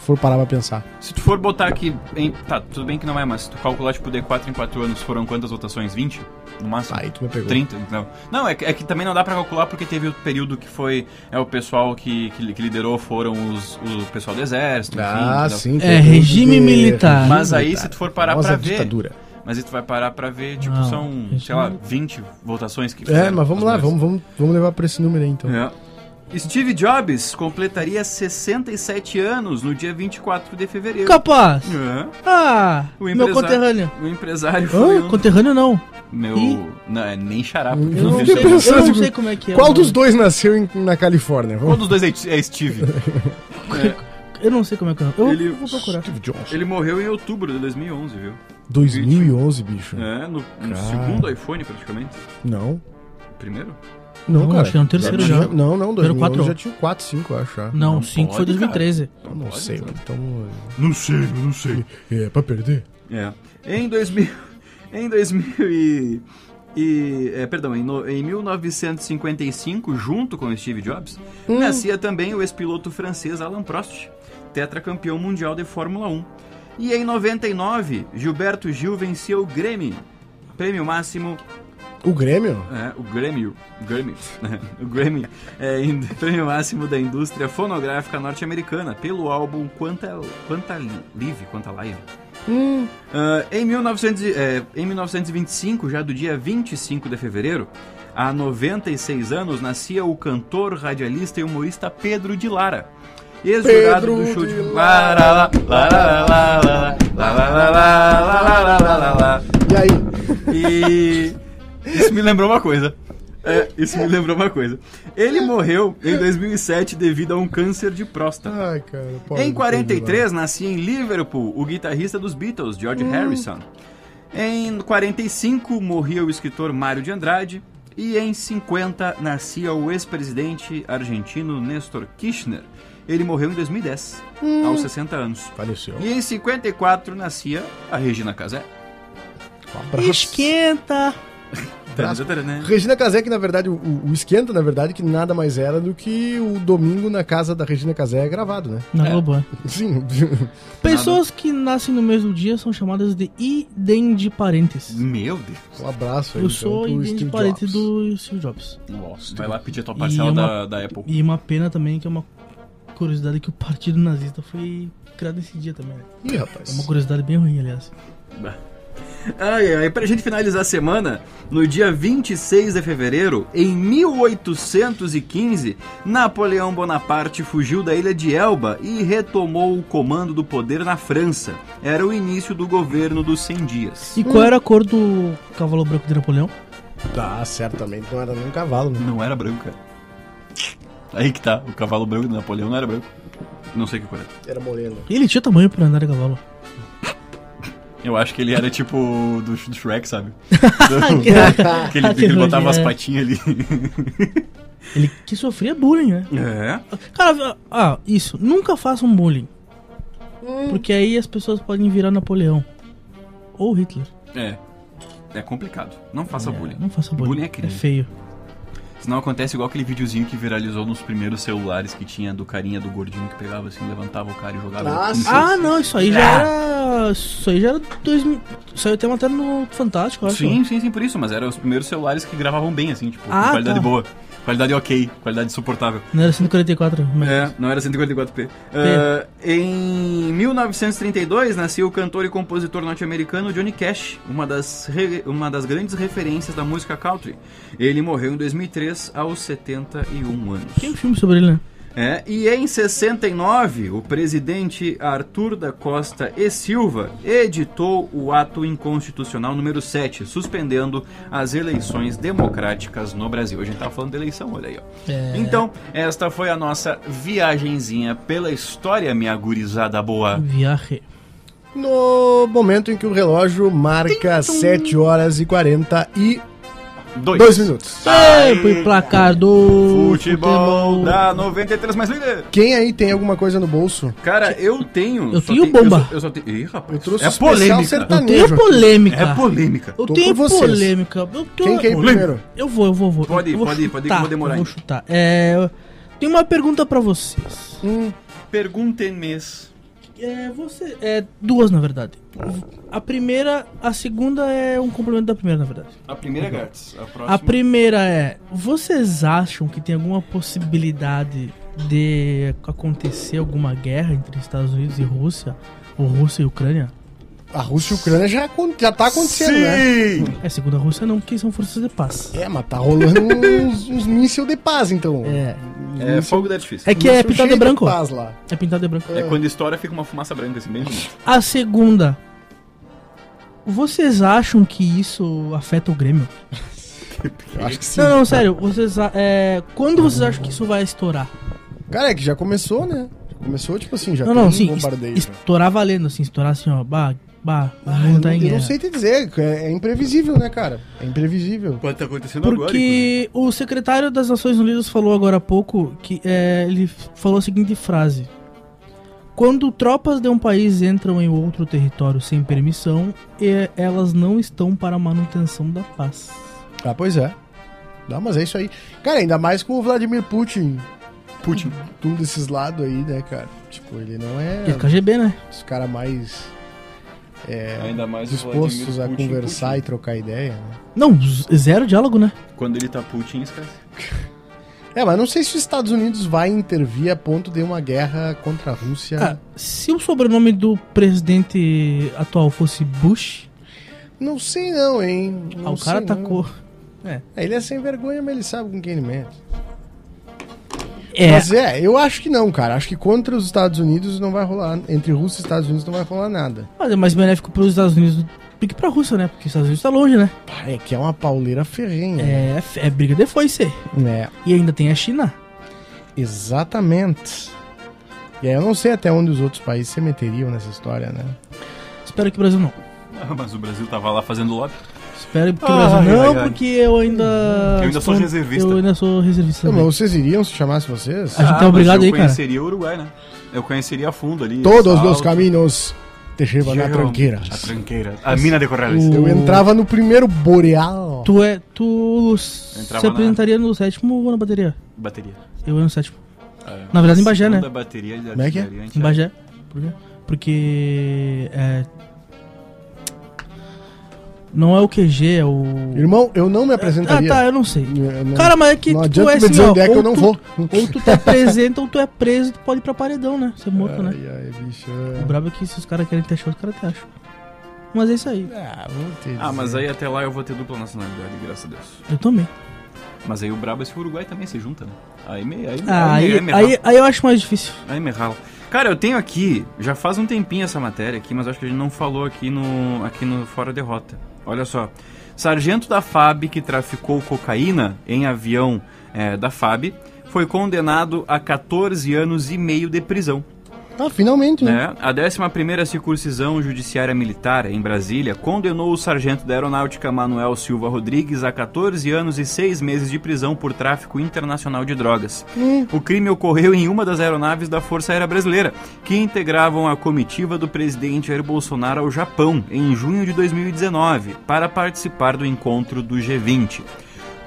A: for parar pra pensar.
B: Se tu for botar aqui. Em, tá, tudo bem que não é, mas se tu calcular, tipo, de 4 em 4 anos foram quantas votações? 20? No máximo?
A: Aí tu me pegou.
B: 30, então. Não, é que, é que também não dá pra calcular porque teve o período que foi. É o pessoal que, que, que liderou foram os, o pessoal do exército,
A: ah,
B: entendeu?
A: sim.
C: É,
A: tem tudo
C: regime militar.
B: Mas aí, se tu for parar
A: Famosa
B: pra ver-
A: é ditadura.
B: Mas aí tu vai parar pra ver, tipo,
C: Não,
B: são,
C: isso
B: sei lá,
C: não-
B: 20 votações que
A: É,
B: fizeram
A: mas vamos
B: as
A: lá,
B: mulheres.
A: vamos, vamos, vamos levar pra esse número aí, então.
B: É. Steve Jobs completaria 67 anos no dia 24 de fevereiro.
C: Capaz.
B: É.
C: Ah,
B: O
C: meu
B: empresário-
C: conterrâneo.
B: O empresário foi
C: Hã?
B: um...
C: Conterrâneo não.
B: Meu...
C: Ih.
B: Não, é nem xará, porque
A: Eu
C: Eu
B: não
C: não,
A: fiquei
B: fez
C: sei,
B: ideia.
A: pensando,
C: eu não
A: tipo,
C: sei como é que é.
A: Qual
C: o
A: dos
C: nome.
A: dois nasceu em- na Califórnia?
B: Qual
A: Vamos...
B: dos dois é
A: <laughs>
B: é Steve? É,
C: Eu não sei como é que é. Eu
B: Ele-
C: vou procurar.
A: Steve Jobs.
B: ele morreu em outubro de 2011, viu?
A: 2011, bicho.
B: É, no, no
A: Cara.
B: segundo iPhone, praticamente.
A: Não.
B: Primeiro?
A: Não,
C: Não,
A: cara.
C: acho que é no terceiro
A: já.
C: já.
A: Não, não,
C: Primeiro
A: 2011
C: quatro.
A: já tinha 4, 5, eu acho. já.
C: Não,
B: Não
C: 5 foi
B: pode,
C: 2013.
A: Eu não
B: pode,
A: sei,
B: cara.
A: mano. Então.
B: Não sei, eu não sei.
A: É, pra perder?
B: É. Em 2000, <laughs> em 2000 e, e é, perdão, em, no- em 1955, junto com Steve Jobs, nascia também o ex-piloto francês Alain Prost, tetracampeão mundial de Fórmula 1. E em 99, Gilberto Gil venceu o Grêmio. Prêmio máximo,
A: O Grêmio?
B: é, o Grêmio, Grêmio, <laughs> o Grêmio, é, em- <laughs> prêmio máximo da indústria fonográfica norte-americana pelo álbum Quanta, Quanta Live, Quanta Live.
A: Hum.
B: Ah, em, 1900, e- eh, em 1925, já do dia 25 de fevereiro, há 96 anos, nascia o cantor, radialista e humorista Pedro de Lara. Ex-jurado
A: Pedro
B: do show
A: de
B: de. Lá, lá, lá, lá, lá, lá, lá, lá, lá, lá, lá, lá, lá, lá, lá, lá.
A: E aí?
B: E. Isso me lembrou uma coisa. É, isso me lembrou uma coisa. Ele morreu em 2007 devido a um câncer de próstata.
A: Ai, cara. pode
B: Em
A: perder,
B: 43, nascia em Liverpool o guitarrista dos Beatles, George
C: Hum.
B: Harrison. Em 45, morria o escritor Mário de Andrade. E em 50, nascia o ex-presidente argentino Néstor Kirchner. Ele morreu em 2010,
C: Hum.
B: aos 60 anos.
A: vai. Faleceu.
B: E em 54, nascia a Regina Casé.
A: Um abraço.
C: Esquenta.
A: Abraço.
C: né?
A: Regina Casé, que na verdade, o, o esquenta, na verdade, que nada mais era do que o domingo na casa da Regina Casé gravado, né? <laughs>
C: Na Globo, é.
A: Sim.
C: Pessoas que nascem no mesmo dia são chamadas de identiparentes.
B: Meu Deus.
A: Um abraço aí.
C: Eu
A: então,
C: sou
A: pro Steve
C: identiparente
A: Jobs.
C: do Steve Jobs.
B: Vai lá pedir a tua
C: E é
B: parcela
C: uma-
B: da, da Apple.
C: E uma pena também, que é uma curiosidade, que o Partido Nazista foi criado nesse dia também. né?
A: Ih,
C: É uma
A: rapaz.
C: curiosidade bem ruim, aliás.
B: Ai, ai, pra gente finalizar a semana, no dia 26 de fevereiro, em 1815, Napoleão Bonaparte fugiu da ilha de Elba e retomou o comando do poder na França. Era o início do governo dos 100 dias.
C: E qual era a cor do cavalo branco de Napoleão?
A: Tá, certamente não era nem um cavalo, né?
B: Não era branco, cara. Aí que tá, o cavalo branco de Napoleão não era branco. Não sei o que cor era.
A: Era moreno.
C: Ele tinha tamanho pra andar
B: <laughs>
C: de cavalo.
B: Eu acho que ele era tipo do, do Shrek, sabe?
C: <laughs>
B: Que ele,
C: Aquele é.
B: que ele botava as patinhas ali.
C: Ele que sofria bullying, né?
B: É.
C: Cara, ah, isso. Nunca façam bullying. Porque aí as pessoas podem virar Napoleão. Ou Hitler.
B: É. É complicado. Não faça bullying.
C: Não faça bullying.
B: Bullying é crime.
C: feio.
B: Senão acontece igual aquele videozinho que viralizou nos primeiros celulares que tinha do carinha do gordinho que pegava assim, levantava o cara e jogava. assim.
A: Ah,
B: Não sei.
C: Ah, não, isso aí já era. Isso aí já era 2000. Saiu tema até no Fantástico, eu acho.
B: Sim, sim, sim, por isso, mas eram os primeiros celulares que gravavam bem, assim, tipo, com
C: Ah,
B: qualidade
C: tá.
B: boa. Qualidade ok, qualidade suportável.
C: Não era 144. Mas...
B: É, não era 144p. Ah, em 1932 nasceu o cantor e compositor norte-americano Johnny Cash, uma das, re- uma das grandes referências da música country. Ele morreu em 2003 aos 71 anos.
C: Tem um filme sobre ele, né?
B: É, e em 69, o presidente Arthur da Costa e Silva editou o ato inconstitucional número 7, suspendendo as eleições democráticas no Brasil. A gente tá falando de eleição, olha aí, ó.
C: É.
B: Então, esta foi a nossa viagenzinha pela história, minha gurizada boa.
C: Viaje.
A: No momento em que o relógio marca 7 horas e 42
B: Dois.
A: minutos.
C: Tempo e placar do.
B: Futebol da 93 mais líder.
A: Quem aí tem alguma coisa no bolso?
B: Cara, eu tenho.
C: Eu
B: só
C: tenho
B: te-
C: bomba.
B: Eu só, eu só tenho. Ih, rapaz.
A: Eu trouxe
B: é
A: o especial
B: polêmica.
A: sertanejo.
C: Eu tenho
A: Planejo.
C: polêmica.
B: É polêmica.
C: Eu
A: Tô
C: tenho
A: com vocês.
C: polêmica. Eu tô...
A: Quem é quer ir primeiro?
C: Eu vou, eu vou, eu vou.
B: Pode ir,
C: eu vou
B: pode ir, pode ir que eu vou demorar
C: Vou
B: ainda.
C: chutar. É, eu- Tem uma pergunta pra vocês.
A: Hum,
B: Perguntem-mes.
C: É, você. É, duas, na verdade.
A: Tá.
C: A primeira. A segunda é um complemento da primeira, na verdade.
B: A primeira é grátis. A próxima.
C: A primeira é: vocês acham que tem alguma possibilidade de acontecer alguma guerra entre Estados Unidos e Rússia? Ou Rússia e Ucrânia?
A: A Rússia e a Ucrânia já, acon- já tá acontecendo, né?
B: Sim!
C: É, segundo a Rússia, não, porque são forças de paz.
A: É, mas tá rolando uns, uns míssil de paz, então.
C: É.
B: É fogo da artifício.
C: É que é
A: Míssil
C: pintado
A: cheio
C: de branco.
A: paz lá.
C: É pintado de branco.
B: É quando estoura fica uma fumaça branca, assim, bem bonito.
C: A segunda. Vocês acham que isso afeta o Grêmio?
A: Eu acho que sim.
C: Não, não, sério. Vocês, a- é, quando vocês acham que isso vai estourar?
A: Cara, é que já começou, né? Já começou, tipo assim, já
C: não, não,
A: um
C: sim.
A: bombardeio.
C: es-
A: já.
C: Estourar valendo, assim. Estourar assim, ó. Bah, bah. o
A: Ah,
C: mundo
A: eu,
C: tá
A: não,
C: em
A: eu não
C: guerra.
A: sei te dizer, é, é imprevisível, né, cara? É imprevisível.
B: Pode estar acontecendo
C: Porque o secretário das Nações Unidas falou agora há pouco que é, ele falou a seguinte frase: Quando tropas de um país entram em outro território sem permissão, e- elas não estão para a manutenção da paz.
A: Ah, pois é. Não, mas é isso aí. Cara, ainda mais com o Vladimir Putin,
B: Putin.
A: de um desses lados aí, né, cara? Tipo, ele não é
C: E a KGB, né?
A: os caras mais
B: Ainda mais o
A: dispostos
B: Vladimir
A: a
B: Putin,
A: conversar
B: Putin.
A: e trocar ideia, né?
C: Não, z- zero diálogo, né?
B: Quando ele tá Putin, esquece.
A: É, mas não sei se os Estados Unidos vai intervir a ponto de uma guerra contra a Rússia.
C: Ah, se o sobrenome do presidente atual fosse Bush,
A: Não sei não, hein? Não
C: ah, o cara
A: sei, né?
C: atacou.
A: não. É, ele é sem vergonha, mas ele sabe com quem ele mete.
C: É,
A: Mas é, eu acho que não, cara. Acho que contra os Estados Unidos não vai rolar. Entre Rússia e Estados Unidos não vai rolar nada.
C: mas é mais benéfico para os Estados Unidos do que para a Rússia, né? Porque os Estados Unidos tá longe, né?
A: Pá, É que é uma pauleira ferrenha.
C: É, é briga de foice.
A: né?
C: E ainda tem a China.
A: Exatamente. E aí eu não sei até onde os outros países se meteriam nessa história, né?
C: Espero que o Brasil não.
B: Ah, mas o Brasil tava lá fazendo lobby.
C: Espero que o
B: Ai,
C: Brasil não,
B: ai, ai.
C: porque eu ainda. Eu
B: ainda sou reservista.
C: Eu ainda sou reservista.
A: Não, mas
C: também.
A: vocês iriam se chamasse vocês?
C: A gente tá
B: Ah, mas
C: obrigado aí,
B: Eu
C: cara.
B: conheceria o Uruguai, né? Eu conheceria a fundo ali.
A: Todos
B: Salto,
A: os caminhos te levam na
B: Llevan
A: tranqueira.
B: A tranqueira. A mina de Corrales.
C: O-
A: Eu entrava no primeiro boreal.
C: Tu é. Tu s-
B: Entrava
C: se
B: na-
C: apresentaria no sétimo ou na bateria?
B: Bateria.
C: Eu ia no sétimo.
B: É.
C: Na verdade, em Bagé, né?
B: Segunda bateria de
A: Como é que é?
B: artilharia
C: Em
B: antiaérea.
C: Bagé. Por quê? Porque. É. Não é o QG, é o.
A: Irmão, eu não me
C: ah,
A: apresentaria.
C: tá, eu não sei.
A: Eu não-
C: Cara, mas é que
A: não
C: tu
A: adianta
C: é
A: me
C: assim,
A: dizer
C: ó,
A: onde é que
C: ou
A: eu não
C: tu-
A: vou.
C: Ou tu te apresenta ou tu é preso e tu pode ir pra paredão, né? Ser morto, né?
A: Ai, ai, bicho.
C: O brabo é que se os caras querem te achar, os caras te acham. Mas é isso aí.
A: Ah, vou ter
B: Ah, mas aí até lá eu vou ter dupla nacionalidade, graças a Deus.
C: Eu também.
B: Mas aí o brabo é se o Uruguai também se junta, né? Aí me, aí, me-
C: Ah,
B: aí, é me-
C: aí,
B: aí me
C: aí, aí eu acho mais difícil.
B: Aí me rala. Cara, eu tenho aqui, já faz um tempinho essa matéria aqui, mas acho que a gente não falou aqui no, aqui no Fora Derrota. Olha só. Sargento da FAB que traficou cocaína em avião eh, da FAB foi condenado a 14 anos e meio de prisão.
A: Ah, finalmente,
C: É,
A: né?
B: Né? A 11ª Circuncisão Judiciária Militar, em Brasília, condenou o sargento da Aeronáutica Manuel Silva Rodrigues a 14 anos e 6 meses de prisão por tráfico internacional de drogas. O crime ocorreu em uma das aeronaves da Força Aérea Brasileira, que integravam a comitiva do presidente Jair Bolsonaro ao Japão, em junho de 2019, para participar do encontro do G20.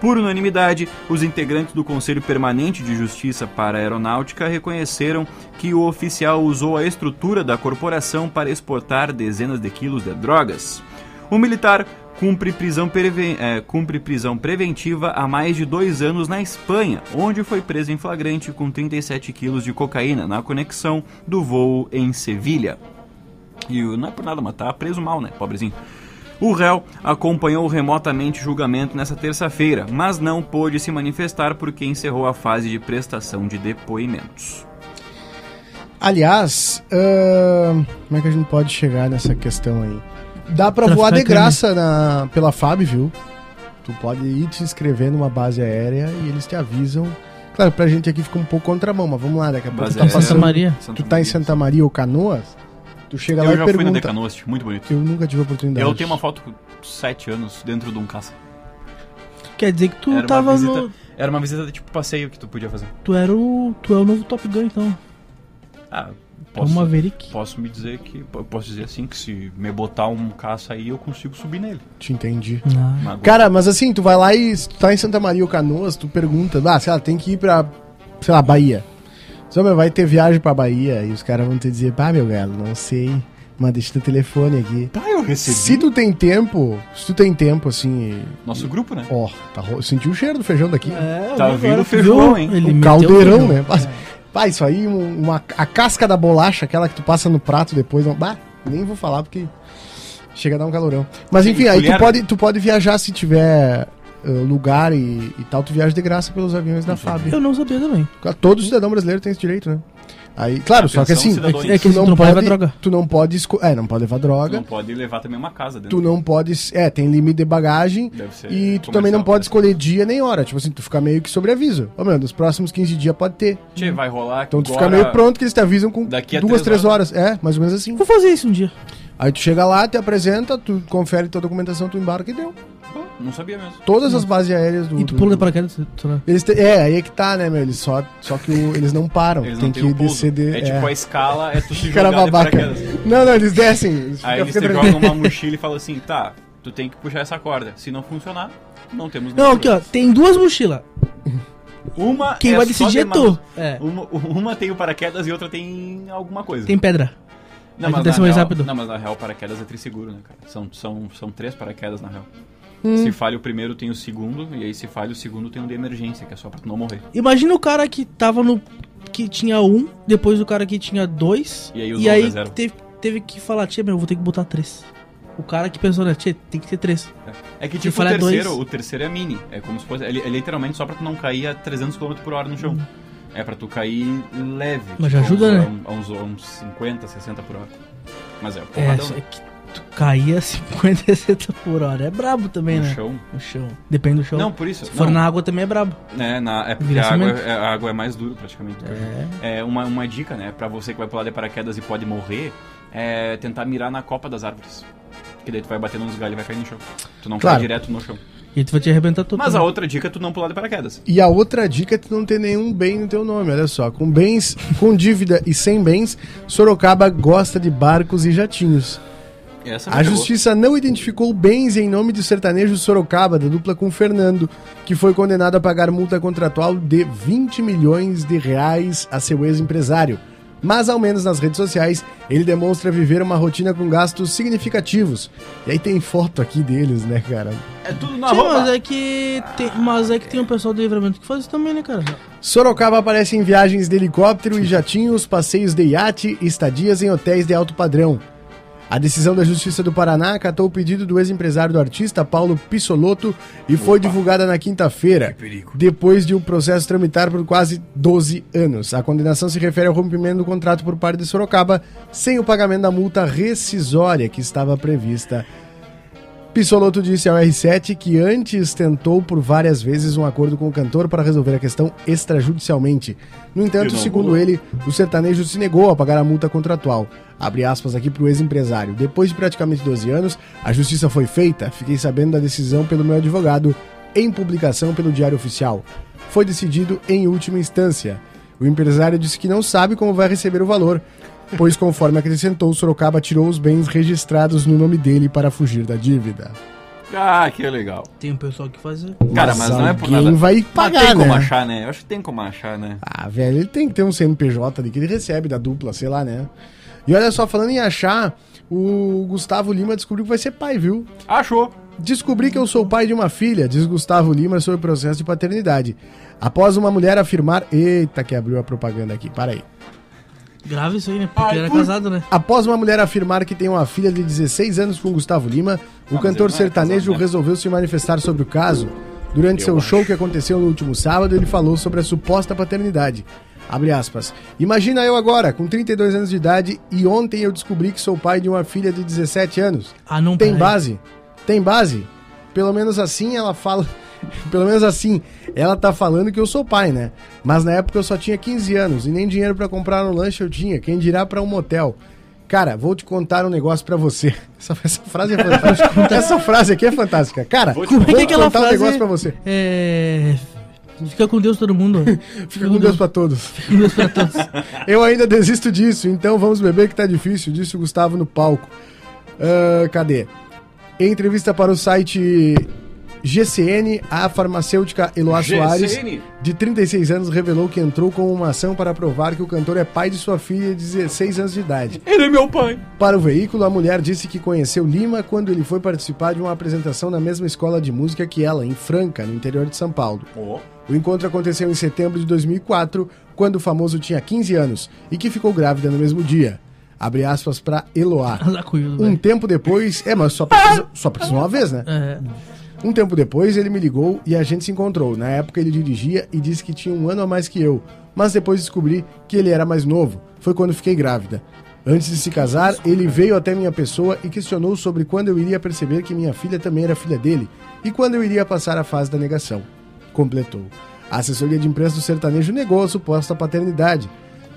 B: Por unanimidade, os integrantes do Conselho Permanente de Justiça para a Aeronáutica reconheceram que o oficial usou a estrutura da corporação para exportar dezenas de quilos de drogas. O militar cumpre prisão, preve- eh, cumpre prisão preventiva há mais de dois anos na Espanha, onde foi preso em flagrante com 37 quilos de cocaína na conexão do voo em Sevilha. E o- não é por nada, mas tá preso mal, né? Pobrezinho. O réu acompanhou remotamente o julgamento nessa terça-feira, mas não pôde se manifestar porque encerrou a fase de prestação de depoimentos.
A: Aliás, ahn, como é que a gente pode chegar nessa questão aí? Dá pra
C: Traficar
A: voar de
C: crime.
A: graça na, pela FAB, viu? Tu pode ir te inscrever numa base aérea e eles te avisam. Claro, pra gente aqui fica um pouco contramão, mas vamos lá, daqui a pouco
B: Base
A: tu tá
B: aérea.
A: passando.
C: Santa Maria.
B: Santa
A: Tu tá em
B: Maria.
A: Santa Maria ou Canoas, tu chega lá
B: Eu
A: e
B: já fui na
A: pergunta.
B: Decanoste, muito bonito.
A: Eu nunca tive oportunidade.
B: Eu tenho uma foto com 7 anos dentro de um caça.
C: Quer dizer que tu
B: Era uma
C: tava
B: visita-
C: no.
B: Era uma visita de tipo passeio que tu podia fazer.
C: Tu era o. Tu é o novo Top Gun, então.
B: Ah,
C: É o
B: posso,
C: Maverick.
B: posso me dizer que. eu Posso dizer assim que se me botar um caça aí, eu consigo subir nele.
A: Te entendi.
C: Ah.
B: Mas agora-
A: Cara, mas assim, tu vai lá e se tu tá em Santa Maria ou Canoas, tu pergunta, ah, sei lá, tem que ir pra, sei lá, Bahia. Só, meu, vai ter viagem pra Bahia e os caras vão te dizer, pá, meu galo, não sei, mas deixa teu telefone aqui.
B: Tá, eu
A: Se
B: recebi.
A: tu tem tempo, se tu tem tempo, assim,
B: Nosso grupo, né?
A: ó, tá, ro- sentiu o cheiro do feijão daqui.
C: É,
B: Tá
C: agora
B: vindo
C: tu
B: feijão,
C: viu?
B: hein?
C: Ele
A: Um
C: meteu
A: caldeirão,
C: feijão.
A: né? Mas- Pá, isso aí, um- uma, a casca da bolacha, aquela que tu passa no prato depois. Não, bah, nem vou falar porque chega a dar um calorão. Mas
B: E
A: enfim, aí tu
B: colher? né?
A: pode, tu pode viajar se tiver eh, lugar e, e tal, tu viaja de graça pelos aviões da FAB.
C: Eu não sabia também.
B: Tá
A: Todo cidadão brbrasileiro tem esse direito, né? Aí, claro, só que
B: Atenção,
A: assim,
B: cidadãos.
A: é que
C: Tu
A: tu não
C: não pode
A: pode,
C: levar droga.
A: tu não pode esco- é, não pode levar
B: Tu
A: droga.
B: não pode levar também uma casa dentro.
A: Tu não pode, é, tem limite de bagagem
B: Deve ser
A: e tu também não
B: comercial,
A: pode
B: né?
A: escolher dia nem hora, tipo assim, tu fica meio que sobre aviso. Ô, meu, nos próximos 15 dias pode ter.
B: Tchê, vai rolar
A: Então tu fica
B: agora-
A: meio pronto que eles te avisam com
B: Daqui a
A: duas,
B: três
A: três horas. É, mais ou menos assim.
C: Vou fazer isso um dia.
A: Aí tu chega lá, te apresenta, tu confere tua documentação, tu embarca e deu.
B: Pô, Não sabia mesmo.
A: Todas as bases aéreas do.
C: Hum. E tu
A: do-
C: pula de
A: do-
C: paraquedas, tu né?
A: Eles te- É, aí é que tá, né, meu? Eles só, só que o- eles não param.
B: Eles
A: tem
B: não
A: que
B: têm o pouso.
A: descer de.
B: É tipo a escala, é tu se
A: cara
B: jogar de
A: babaca.
B: paraquedas.
A: Não, não, eles descem. Eles ficam-
B: Aí eles
A: fica
B: te
A: tranquilo.
B: jogam uma mochila e falam assim, tá, tu tem que puxar essa corda. Se não funcionar, não temos
C: Não,
B: nenhum
C: aqui ó, tem duas mochilas.
B: problema. Uma
C: Quem
B: é
C: vai
B: só
C: decidir é
B: de
C: tu.
B: ma-
C: É.
B: Uma, uma tem o paraquedas e outra tem alguma coisa.
C: Tem pedra.
B: não,
C: aí
B: mas
C: tu desce
B: na
C: mais
B: real,
C: rápido.
B: Não, mas na real paraquedas é trisseguro, né, cara? São, são, são três paraquedas na real. Se falha o primeiro, tem o segundo, e aí se falha o segundo, tem um de emergência, que é só pra tu não morrer.
C: Imagina o cara que tava no. que tinha um, depois o cara que tinha dois.
B: E aí os é
C: e
B: dois
C: aí
B: reservam.
C: teve, teve que falar, tia, meu, eu vou ter que botar três. O cara que pensou, né, tia, tem que ser três.
B: É que
C: Se
B: tipo o
C: falhar
B: terceiro,
C: dois-
B: o terceiro é mini. É como se fosse. É, li- é literalmente só pra tu não cair a 300 km por hora no chão. É pra tu cair leve.
C: Hum. Mas já
B: tipo,
C: ajuda,
B: a
C: né?
B: uns- A uns, a uns 50, 60 por hora. Mas é,
C: É,
B: porradão.
C: só
B: né?
C: que tu caía <laughs> 50 e 60 por hora. É brabo também,
B: no
C: né?
B: chão.
C: No chão. Depende do chão.
B: Não, por isso.
C: Se for
B: não,
C: na água também é brabo.
B: né, na- é porque
C: Vira
B: a água,
C: cimento.
B: é, a água é mais dura praticamente. É, uma, uma dica, né? Pra você que vai pular de paraquedas e pode morrer, é tentar mirar na copa das árvores. Que daí tu vai batendo nos galhos e vai cair no chão. Tu não
A: Claro.
B: cai direto no chão.
C: E tu vai te arrebentar todo.
B: Mas a outra dica é tu não pular de paraquedas.
A: E a outra dica é tu não ter nenhum bem no teu nome, olha só. Com bens, com dívida e sem bens, Sorocaba gosta de barcos e jatinhos.
B: Essa me
A: A
B: pegou.
A: justiça não identificou bens em nome do sertanejo Sorocaba, da dupla com Fernando, que foi condenado a pagar multa contratual de 20 milhões de reais a seu ex-empresário. Mas, ao menos nas redes sociais, ele demonstra viver uma rotina com gastos significativos. E aí tem foto aqui deles, né, cara?
B: É tudo na
C: Sim,
B: roupa.
C: mas é que. Tem, mas é que tem um pessoal do livramento que faz isso também, né, cara?
A: Sorocaba aparece em viagens de helicóptero e jatinhos, passeios de iate e estadias em hotéis de alto padrão. A decisão da Justiça do Paraná acatou o pedido do ex-empresário do artista Paulo Pissolotto e foi divulgada na quinta-feira, depois de um processo tramitar por quase 12 anos. A condenação se refere ao rompimento do contrato por parte de Sorocaba sem o pagamento da multa rescisória que estava prevista Pissolotto disse ao R7 que antes tentou por várias vezes um acordo com o cantor para resolver a questão extrajudicialmente. No entanto,
B: E não
A: segundo
B: rolou.
A: ele, o sertanejo se negou a pagar a multa contratual. Abre aspas aqui para o ex-empresário. Depois de praticamente 12 anos, a justiça foi feita. Fiquei sabendo da decisão pelo meu advogado em publicação pelo Diário Oficial. Foi decidido em última instância. O empresário disse que não sabe como vai receber o valor, pois, conforme acrescentou, Sorocaba tirou os bens registrados no nome dele para fugir da dívida.
B: Ah, que legal.
C: Tem um pessoal que faz.
B: Cara, mas não é por
A: alguém
B: nada.
A: vai
B: mas
A: pagar,
B: tem como
A: né?
B: achar, né? Eu acho que tem como achar, né?
A: Ah, velho, ele tem que ter um CNPJ ali que ele recebe da dupla, sei lá, né? E olha só, falando em achar, o Gustavo Lima descobriu que vai ser pai, viu?
B: Achou.
A: Descobri que eu sou pai de uma filha, diz Gustavo Lima sobre o processo de paternidade. Após uma mulher afirmar. Eita, que abriu a propaganda aqui, para aí.
C: Grave isso aí, né? Porque
B: Ai,
C: era
B: por-
C: casado, né?
A: Após uma mulher afirmar que tem uma filha de 16 anos com Gustavo Lima, o
B: mas
A: cantor
B: ele não é
A: sertanejo
B: casado, né?
A: resolveu se manifestar sobre o caso. Durante
B: Eu
A: seu show
B: acho.
A: que aconteceu no último sábado, ele falou sobre a suposta paternidade. Abre aspas. Imagina eu agora, com 32 anos de idade, e ontem eu descobri que sou pai de uma filha de 17 anos.
C: Ah, não
A: Tem
C: peraí.
A: base? Tem base? Pelo menos assim ela fala. <laughs> Pelo menos assim, ela tá falando que eu sou pai, né? Mas na época eu só tinha 15 anos e nem dinheiro pra comprar um lanche eu tinha, quem dirá pra um motel. Cara, vou te contar um negócio pra você. <laughs> Essa, essa frase é fantástica. essa frase aqui é fantástica. Cara,
B: Vou te
C: Como é que
A: vou te
C: é aquela
A: contar um
C: frase?
A: negócio pra você.
C: É. Fica com Deus todo mundo. né?
A: Fica com Deus pra <laughs> todos. Eu ainda desisto disso, então vamos beber que tá difícil, disse o Gustavo no palco. Ah, cadê? Em entrevista para o site GCN, a farmacêutica Eloá Soares, de 36 anos, revelou que entrou com uma ação para provar que o cantor é pai de sua filha de 16 anos de idade.
B: Ele é meu pai.
A: Para o veículo, a mulher disse que conheceu Lima quando ele foi participar de uma apresentação na mesma escola de música que ela, em Franca, no interior de São Paulo. O encontro aconteceu em setembro de 2004, quando o famoso tinha 15 anos e que ficou grávida no mesmo dia. Abre aspas para Eloá.
C: Zacuido,
A: Um
C: velho.
A: tempo depois, é, mas só precisa, só precisa uma vez, né?
C: É.
A: Um tempo depois, ele me ligou e a gente se encontrou. Na época, ele dirigia e disse que tinha um ano a mais que eu, mas depois descobri que ele era mais novo. Foi quando fiquei grávida. Antes de se casar, ele veio até minha pessoa e questionou sobre quando eu iria perceber que minha filha também era filha dele e quando eu iria passar a fase da negação. Completou. A assessoria de imprensa do sertanejo negou a suposta paternidade.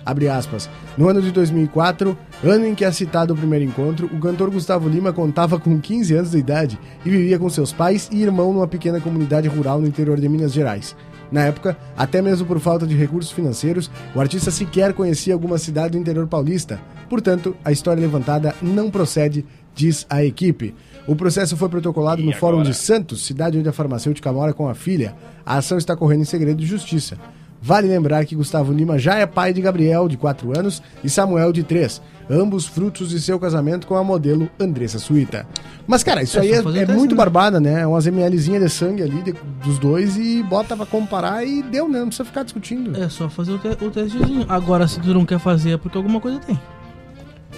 A: Abre aspas. No ano de 2004, ano em que é citado o primeiro encontro, o cantor Gustavo Lima contava com 15 anos de idade e vivia com seus pais e irmão numa pequena comunidade rural no interior de Minas Gerais. Na época, até mesmo por falta de recursos financeiros, o artista sequer conhecia alguma cidade do interior paulista. Portanto, a história levantada não procede, diz a equipe. O processo foi protocolado no Fórum de Santos, cidade onde a farmacêutica mora com a filha. A ação está correndo em segredo de justiça. Vale lembrar que Gustavo Lima já é pai de Gabriel, de 4 anos, e Samuel, de 3, ambos frutos de seu casamento com a modelo Andressa Suíta. Mas, cara, isso
C: É,
A: aí
C: só
A: é,
C: fazer
A: é
C: o teste,
A: muito
C: né?
A: barbada, né? É umas MLzinha de sangue ali de- dos dois e bota pra comparar e deu, né? Não precisa ficar discutindo.
C: É só fazer o, te- o testezinho. Agora, se tu não quer fazer, é porque alguma coisa tem.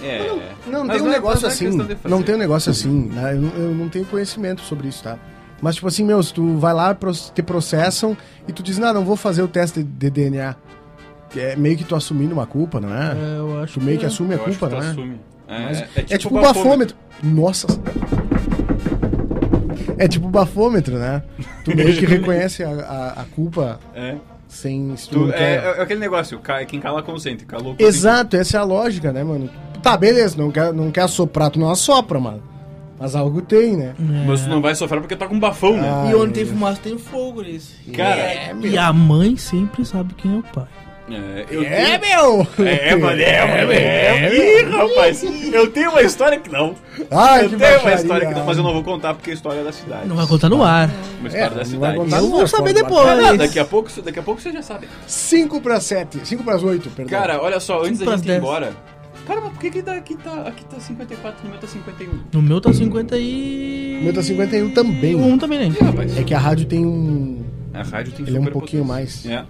B: É.
A: Não,
B: Mas
A: tem um
B: é-
A: negócio
B: mas é
A: assim.
B: questão de fazer.
A: Não tem um negócio assim. né? Eu, não- eu não tenho conhecimento sobre isso, tá? Mas, tipo assim, meu, se tu vai lá, pro- te processam e tu diz, não, não vou fazer o teste de, de DNA. É meio que tu assumindo uma culpa, não é?
C: É, eu acho
A: Tu meio que
C: é.
A: assume a
B: Eu acho
A: culpa,
B: que tu
A: não é?
B: assume. É,
A: Mas-
B: é
A: é, tipo um bafômetro. Nossa. É tipo bafômetro, né? Tu meio
B: <laughs>
A: que reconhece a, a- a culpa
B: É.
A: sem... se tu
B: Tu-
A: não
B: é,
A: quer.
B: é aquele negócio, ca- quem cala consente, calou consente.
A: Exato, essa é a lógica, né, mano? Tá, beleza, não quer, não quer assoprar, tu não assopra, mano. Mas algo tem, né?
C: Uhum.
B: Mas tu não vai sofrer porque tá com um bafão, né?
A: Ah,
C: E onde tem fumaça tem fogo, né? eles.
B: Cara,
A: é,
C: E a mãe sempre sabe quem é o pai.
B: é, eu
A: É,
B: tenho-
A: meu! <laughs>
B: É, mano, é, mano, é. Ih, rapaz, eu tenho uma história que não.
A: Ai,
B: eu
A: que
B: tenho uma
A: baixaria. né?
B: história que não, mas eu não vou contar porque é a história da cidade.
C: Não vai contar no ar.
A: É,
B: Uma história da
A: não vai
B: cidade.
A: contar
C: Eu vou
A: nada,
C: saber
A: pode
C: depois.
A: guardar.
B: Ah, daqui a pouco, daqui a pouco você já sabe.
A: Cinco pra sete, cinco pras oito, perdão.
B: Cara, olha só,
A: Tipo
B: antes da
C: Pras
B: gente ir
C: dez.
B: embora. Cara, mas por que, que tá- aqui, tá, aqui tá 54 e no meu tá 51?
C: No meu tá 50 e.
A: O meu tá 51 também.
C: Um também, né?
B: Ih, rapaz.
A: É que a rádio tem um...
B: A rádio tem
A: Ele é um
B: super
A: pouquinho mais.
B: potência. É.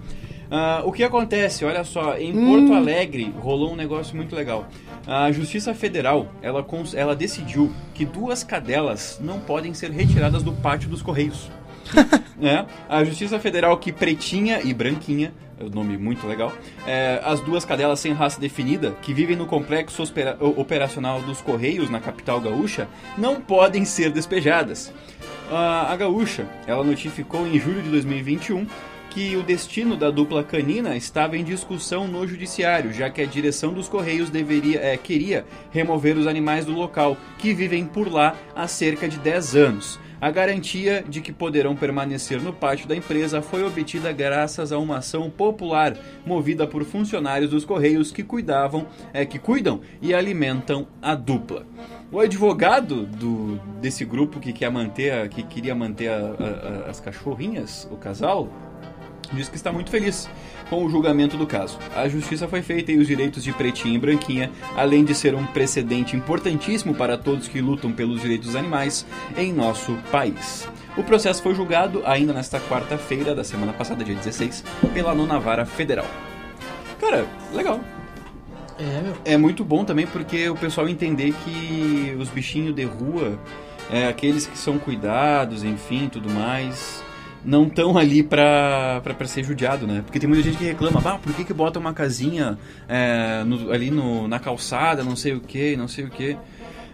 B: Ah, o que acontece? Olha só, em Porto Alegre rolou um negócio muito legal. A Justiça Federal ela, cons- ela decidiu que duas cadelas não podem ser retiradas do pátio dos Correios. né? A Justiça Federal que pretinha e branquinha, é um nome muito legal, é, as duas cadelas sem raça definida, que vivem no complexo ospera- o- operacional dos Correios, na capital gaúcha, não podem ser despejadas. Ah, a gaúcha, ela notificou em julho de 2021 que o destino da dupla canina estava em discussão no judiciário, já que a direção dos Correios deveria, eh, queria remover os animais do local, que vivem por lá há cerca de 10 anos. A garantia de que poderão permanecer no pátio da empresa foi obtida graças a uma ação popular movida por funcionários dos Correios que cuidavam, eh, que cuidam e alimentam a dupla. O advogado do, desse grupo que quer manter, a- que queria manter a- a- a- as cachorrinhas, o casal, diz que está muito feliz com o julgamento do caso. A justiça foi feita e os direitos de Pretinha e Branquinha, além de ser um precedente importantíssimo para todos que lutam pelos direitos dos animais em nosso país. O processo foi julgado ainda nesta quarta-feira da semana passada, dia 16, pela nona vara federal. Cara, legal.
C: É, meu.
B: É muito bom também porque o pessoal entender que os bichinhos de rua, é, aqueles que são cuidados, enfim, tudo mais, não estão ali pra, pra, pra ser judiado, né? Porque tem muita gente que reclama, bah, por que que bota uma casinha é, no- ali no, na calçada, não sei o que, não sei o que.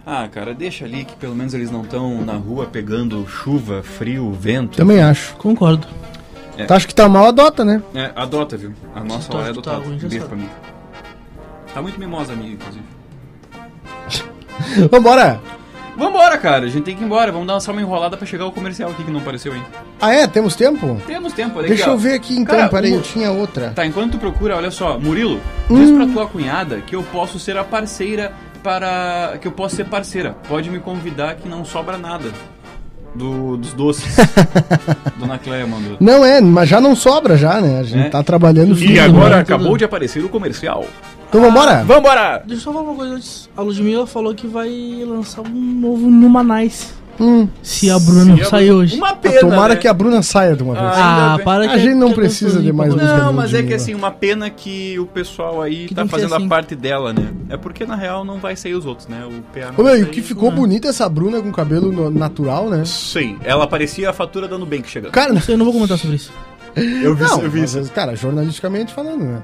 B: Ah, cara, deixa ali que pelo menos eles não estão na rua pegando chuva, frio, vento.
A: Também acho.
C: Concordo.
A: Tu acha que tá mal, adota, né?
B: É, adota, viu? A nossa
C: Tá-
B: hora é
C: tá
B: adotada.
C: ruim, já
B: Beijo pra
C: sabe.
B: mim. Tá muito mimosa, amiga, inclusive.
A: Vambora!
B: Vambora, cara. A gente tem que ir embora. Vamos dar só uma enrolada pra chegar o comercial aqui que não apareceu ainda.
A: Ah, é? Temos tempo?
B: Temos tempo, olha
A: Deixa
B: aqui, ó.
A: eu ver aqui então,
B: Cara,
A: peraí,
B: o-
A: eu tinha outra.
B: Tá, enquanto tu procura, olha só. Murilo, diz
A: Hum.
B: pra tua cunhada que eu posso ser a parceira para... Que eu posso ser parceira. Pode me convidar que não sobra nada. do- dos
A: <laughs>
B: doces. Dona Cleia mandou.
A: Não é, mas já não sobra já, né? A gente
B: É.
A: tá trabalhando
B: E
A: firme,
B: agora Ah,
A: né?
B: acabou de aparecer o comercial.
A: Então vambora.
B: Vambora!
C: Deixa eu só falar uma coisa antes. A Ludmilla falou que vai lançar um novo Numa Nice.
A: Hum,
C: Se a Bruna não sair hoje.
B: Uma pena.
A: tomara
B: né?
A: que a Bruna saia de uma vez.
B: Ah,
C: Ah,
B: bem.
C: para que
A: A gente não
C: que eu tô
A: precisa de
C: sozinho
A: mais
C: pra
A: música.
C: falar.
B: Não, mas é que
A: Ludmilla.
B: assim, uma pena que o pessoal aí
C: Que
B: tá
C: tem que ser
B: fazendo a
C: assim.
B: parte dela, né? É porque na real não vai sair os outros, né? O PA
A: Ô,
B: não
A: meu,
B: vai
A: e
B: sair.
A: o que ficou bonita é essa Bruna com cabelo no- natural, né?
B: Sei, ela parecia a fatura da Nubank chegando.
A: Cara, né?
C: Não sei, eu não vou comentar sobre isso.
B: Eu vi
A: não,
B: isso, eu vi
A: mas,
B: isso.
A: cara, jornalisticamente falando, né?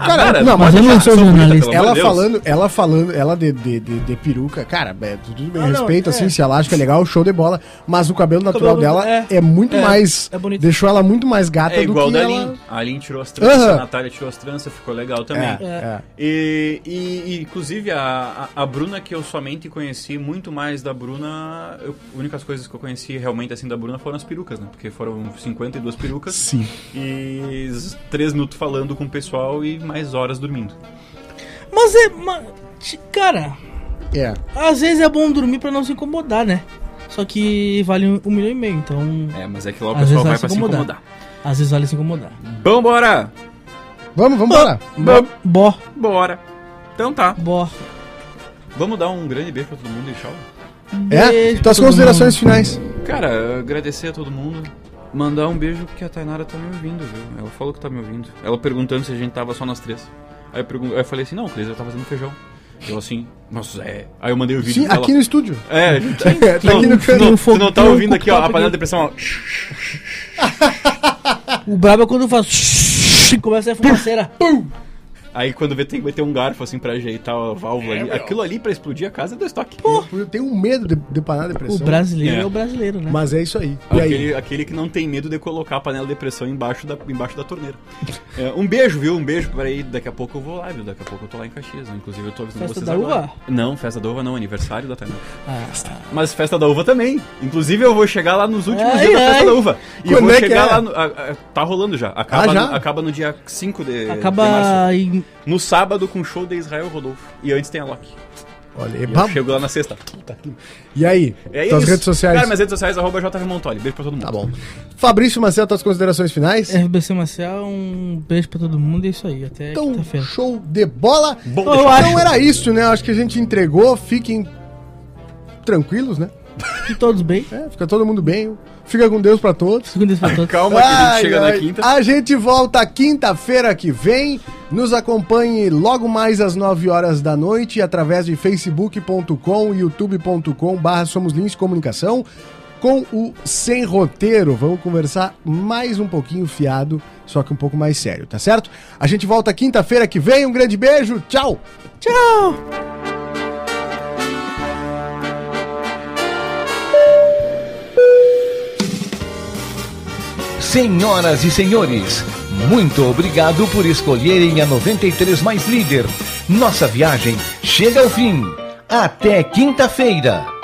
B: Ah,
A: cara, não,
B: pode
A: mas eu
C: não
B: deixar,
C: sou
B: bonita,
C: jornalista.
B: pelo amor
A: Ela
B: de Deus.
A: falando, ela falando, ela de, de, de, de peruca, cara, é, tudo bem,
C: Ah, não,
A: respeito,
C: é.
A: assim, se ela acha que é legal, show de bola. Mas o cabelo natural
C: cabelo-
A: dela é,
C: é.
A: muito
C: É,
A: mais.
C: é bonito.
A: deixou ela muito mais gata
B: É
A: do
B: igual
A: que
B: da
A: ela.
B: Aline. A Aline tirou as tranças,
A: Aham.
B: a Natália tirou as tranças, ficou legal também.
A: É,
C: É.
B: E, e- e, inclusive a, a, a Bruna que eu somente conheci muito mais da Bruna, eu, únicas coisas que eu conheci realmente assim da Bruna foram as perucas, né? Porque foram 52
A: é.
B: perucas
A: Sim.
B: e s- três minutos falando com o pessoal e mais horas dormindo.
C: Mas é. ma- ti- Cara,
A: É.
C: às vezes é bom dormir pra não se incomodar, né? Só que vale um, um milhão e meio, então.
B: É, mas é que lá o
C: Às
B: pessoal
C: vezes vai
B: vai
C: se
B: pra se incomodar.
C: incomodar. Às vezes vale se incomodar.
B: Vambora!
A: Vamos, vamos embora.
C: Bó,
B: Bora! Então tá,
C: bó.
B: vamos dar um grande beijo pra todo mundo e tchau.
A: É?
C: Beijo
A: Tuas
C: pra todo
A: considerações finais.
B: Cara, agradecer a todo mundo. Mandar um beijo porque a Tainara tá me ouvindo, viu? Ela falou que tá me ouvindo. Ela perguntando se a gente tava só nós três. Aí eu, pergun- aí eu falei assim, não, Cris, eu tava fazendo feijão. Eu assim, nossa, é. Aí eu mandei o vídeo
A: Sim,
B: pra ela.
A: aqui no estúdio.
B: É, tá,
A: Tá aqui
B: aqui
A: no
B: no
A: canto.
B: não,
C: Tem um
B: Tu não tá
C: fogo-
B: ouvindo aqui, ó,
C: tem um
B: a panela
C: copo
B: de pressão, ó.
C: O brabo é quando eu faço. e começa
A: <laughs>
C: a fumaceira.
B: Aí quando vê, tem que meter um garfo assim pra ajeitar a
C: É,
B: válvula ali. Aquilo ali pra explodir a casa é do estoque.
A: Eu tenho um medo de, de parar a depressão.
C: O brasileiro
B: É.
C: é. o brasileiro, né?
A: Mas é isso aí. E aí?
B: Aquele, aquele que não tem medo de colocar a panela de pressão embaixo da, embaixo da torneira. É, um beijo, viu? Um beijo. Peraí, daqui a pouco eu vou lá, viu? Daqui a pouco eu tô lá em Caxias. né? Inclusive eu tô avisando
C: Festa
B: vocês
C: da
B: agora.
C: uva?
B: Não, festa da uva não, aniversário da Tainara.
C: Ah,
B: Mas festa da uva também. Inclusive eu vou chegar lá nos últimos
C: Ai,
B: dias da festa
C: ai.
B: da uva. E eu
A: Quando
B: vou
A: é que
B: chegar
A: é?
B: lá. No, a- a- tá rolando já. Acaba,
A: Ah, já?
B: No, acaba no dia 5 de, de março.
C: acaba em.
B: No sábado com o show de Israel Rodolfo. E antes tem a Loki.
A: Olha, e,
B: E
A: pá-
B: eu chego lá na sexta. Puta que-
A: e aí?
B: É
A: tuas
B: isso.
A: redes sociais.
B: Cara, minhas redes sociais, arroba JV Montoli. Beijo pra todo mundo.
A: Tá bom. Fabrício Marcelo, tuas considerações finais?
C: RBC Marcial, um beijo pra todo mundo e é isso aí. Até
A: Então,
C: quinta-feira.
A: show de bola.
B: Bom,
A: então,
B: deixa eu-
A: então era isso, né? Acho que a gente entregou. Fiquem tranquilos, né?
C: Que todos bem.
A: É, fica todo mundo bem. Fica com Deus pra todos.
C: Segunda-feira pra todos.
B: Calma que a gente
A: Ai,
B: chega na
A: ai.
B: quinta.
A: A gente volta quinta-feira que vem. Nos acompanhe logo mais às 9 horas da noite através de facebook.com, youtube.com barra Somos Lins Comunicação com o Sem Roteiro. Vamos conversar mais um pouquinho fiado, só que um pouco mais sério, tá certo? A gente volta quinta-feira que vem. Um grande beijo, tchau!
C: Tchau!
D: Senhoras e senhores, muito obrigado por escolherem a 93 Mais Líder. Nossa viagem chega ao fim. Até quinta-feira.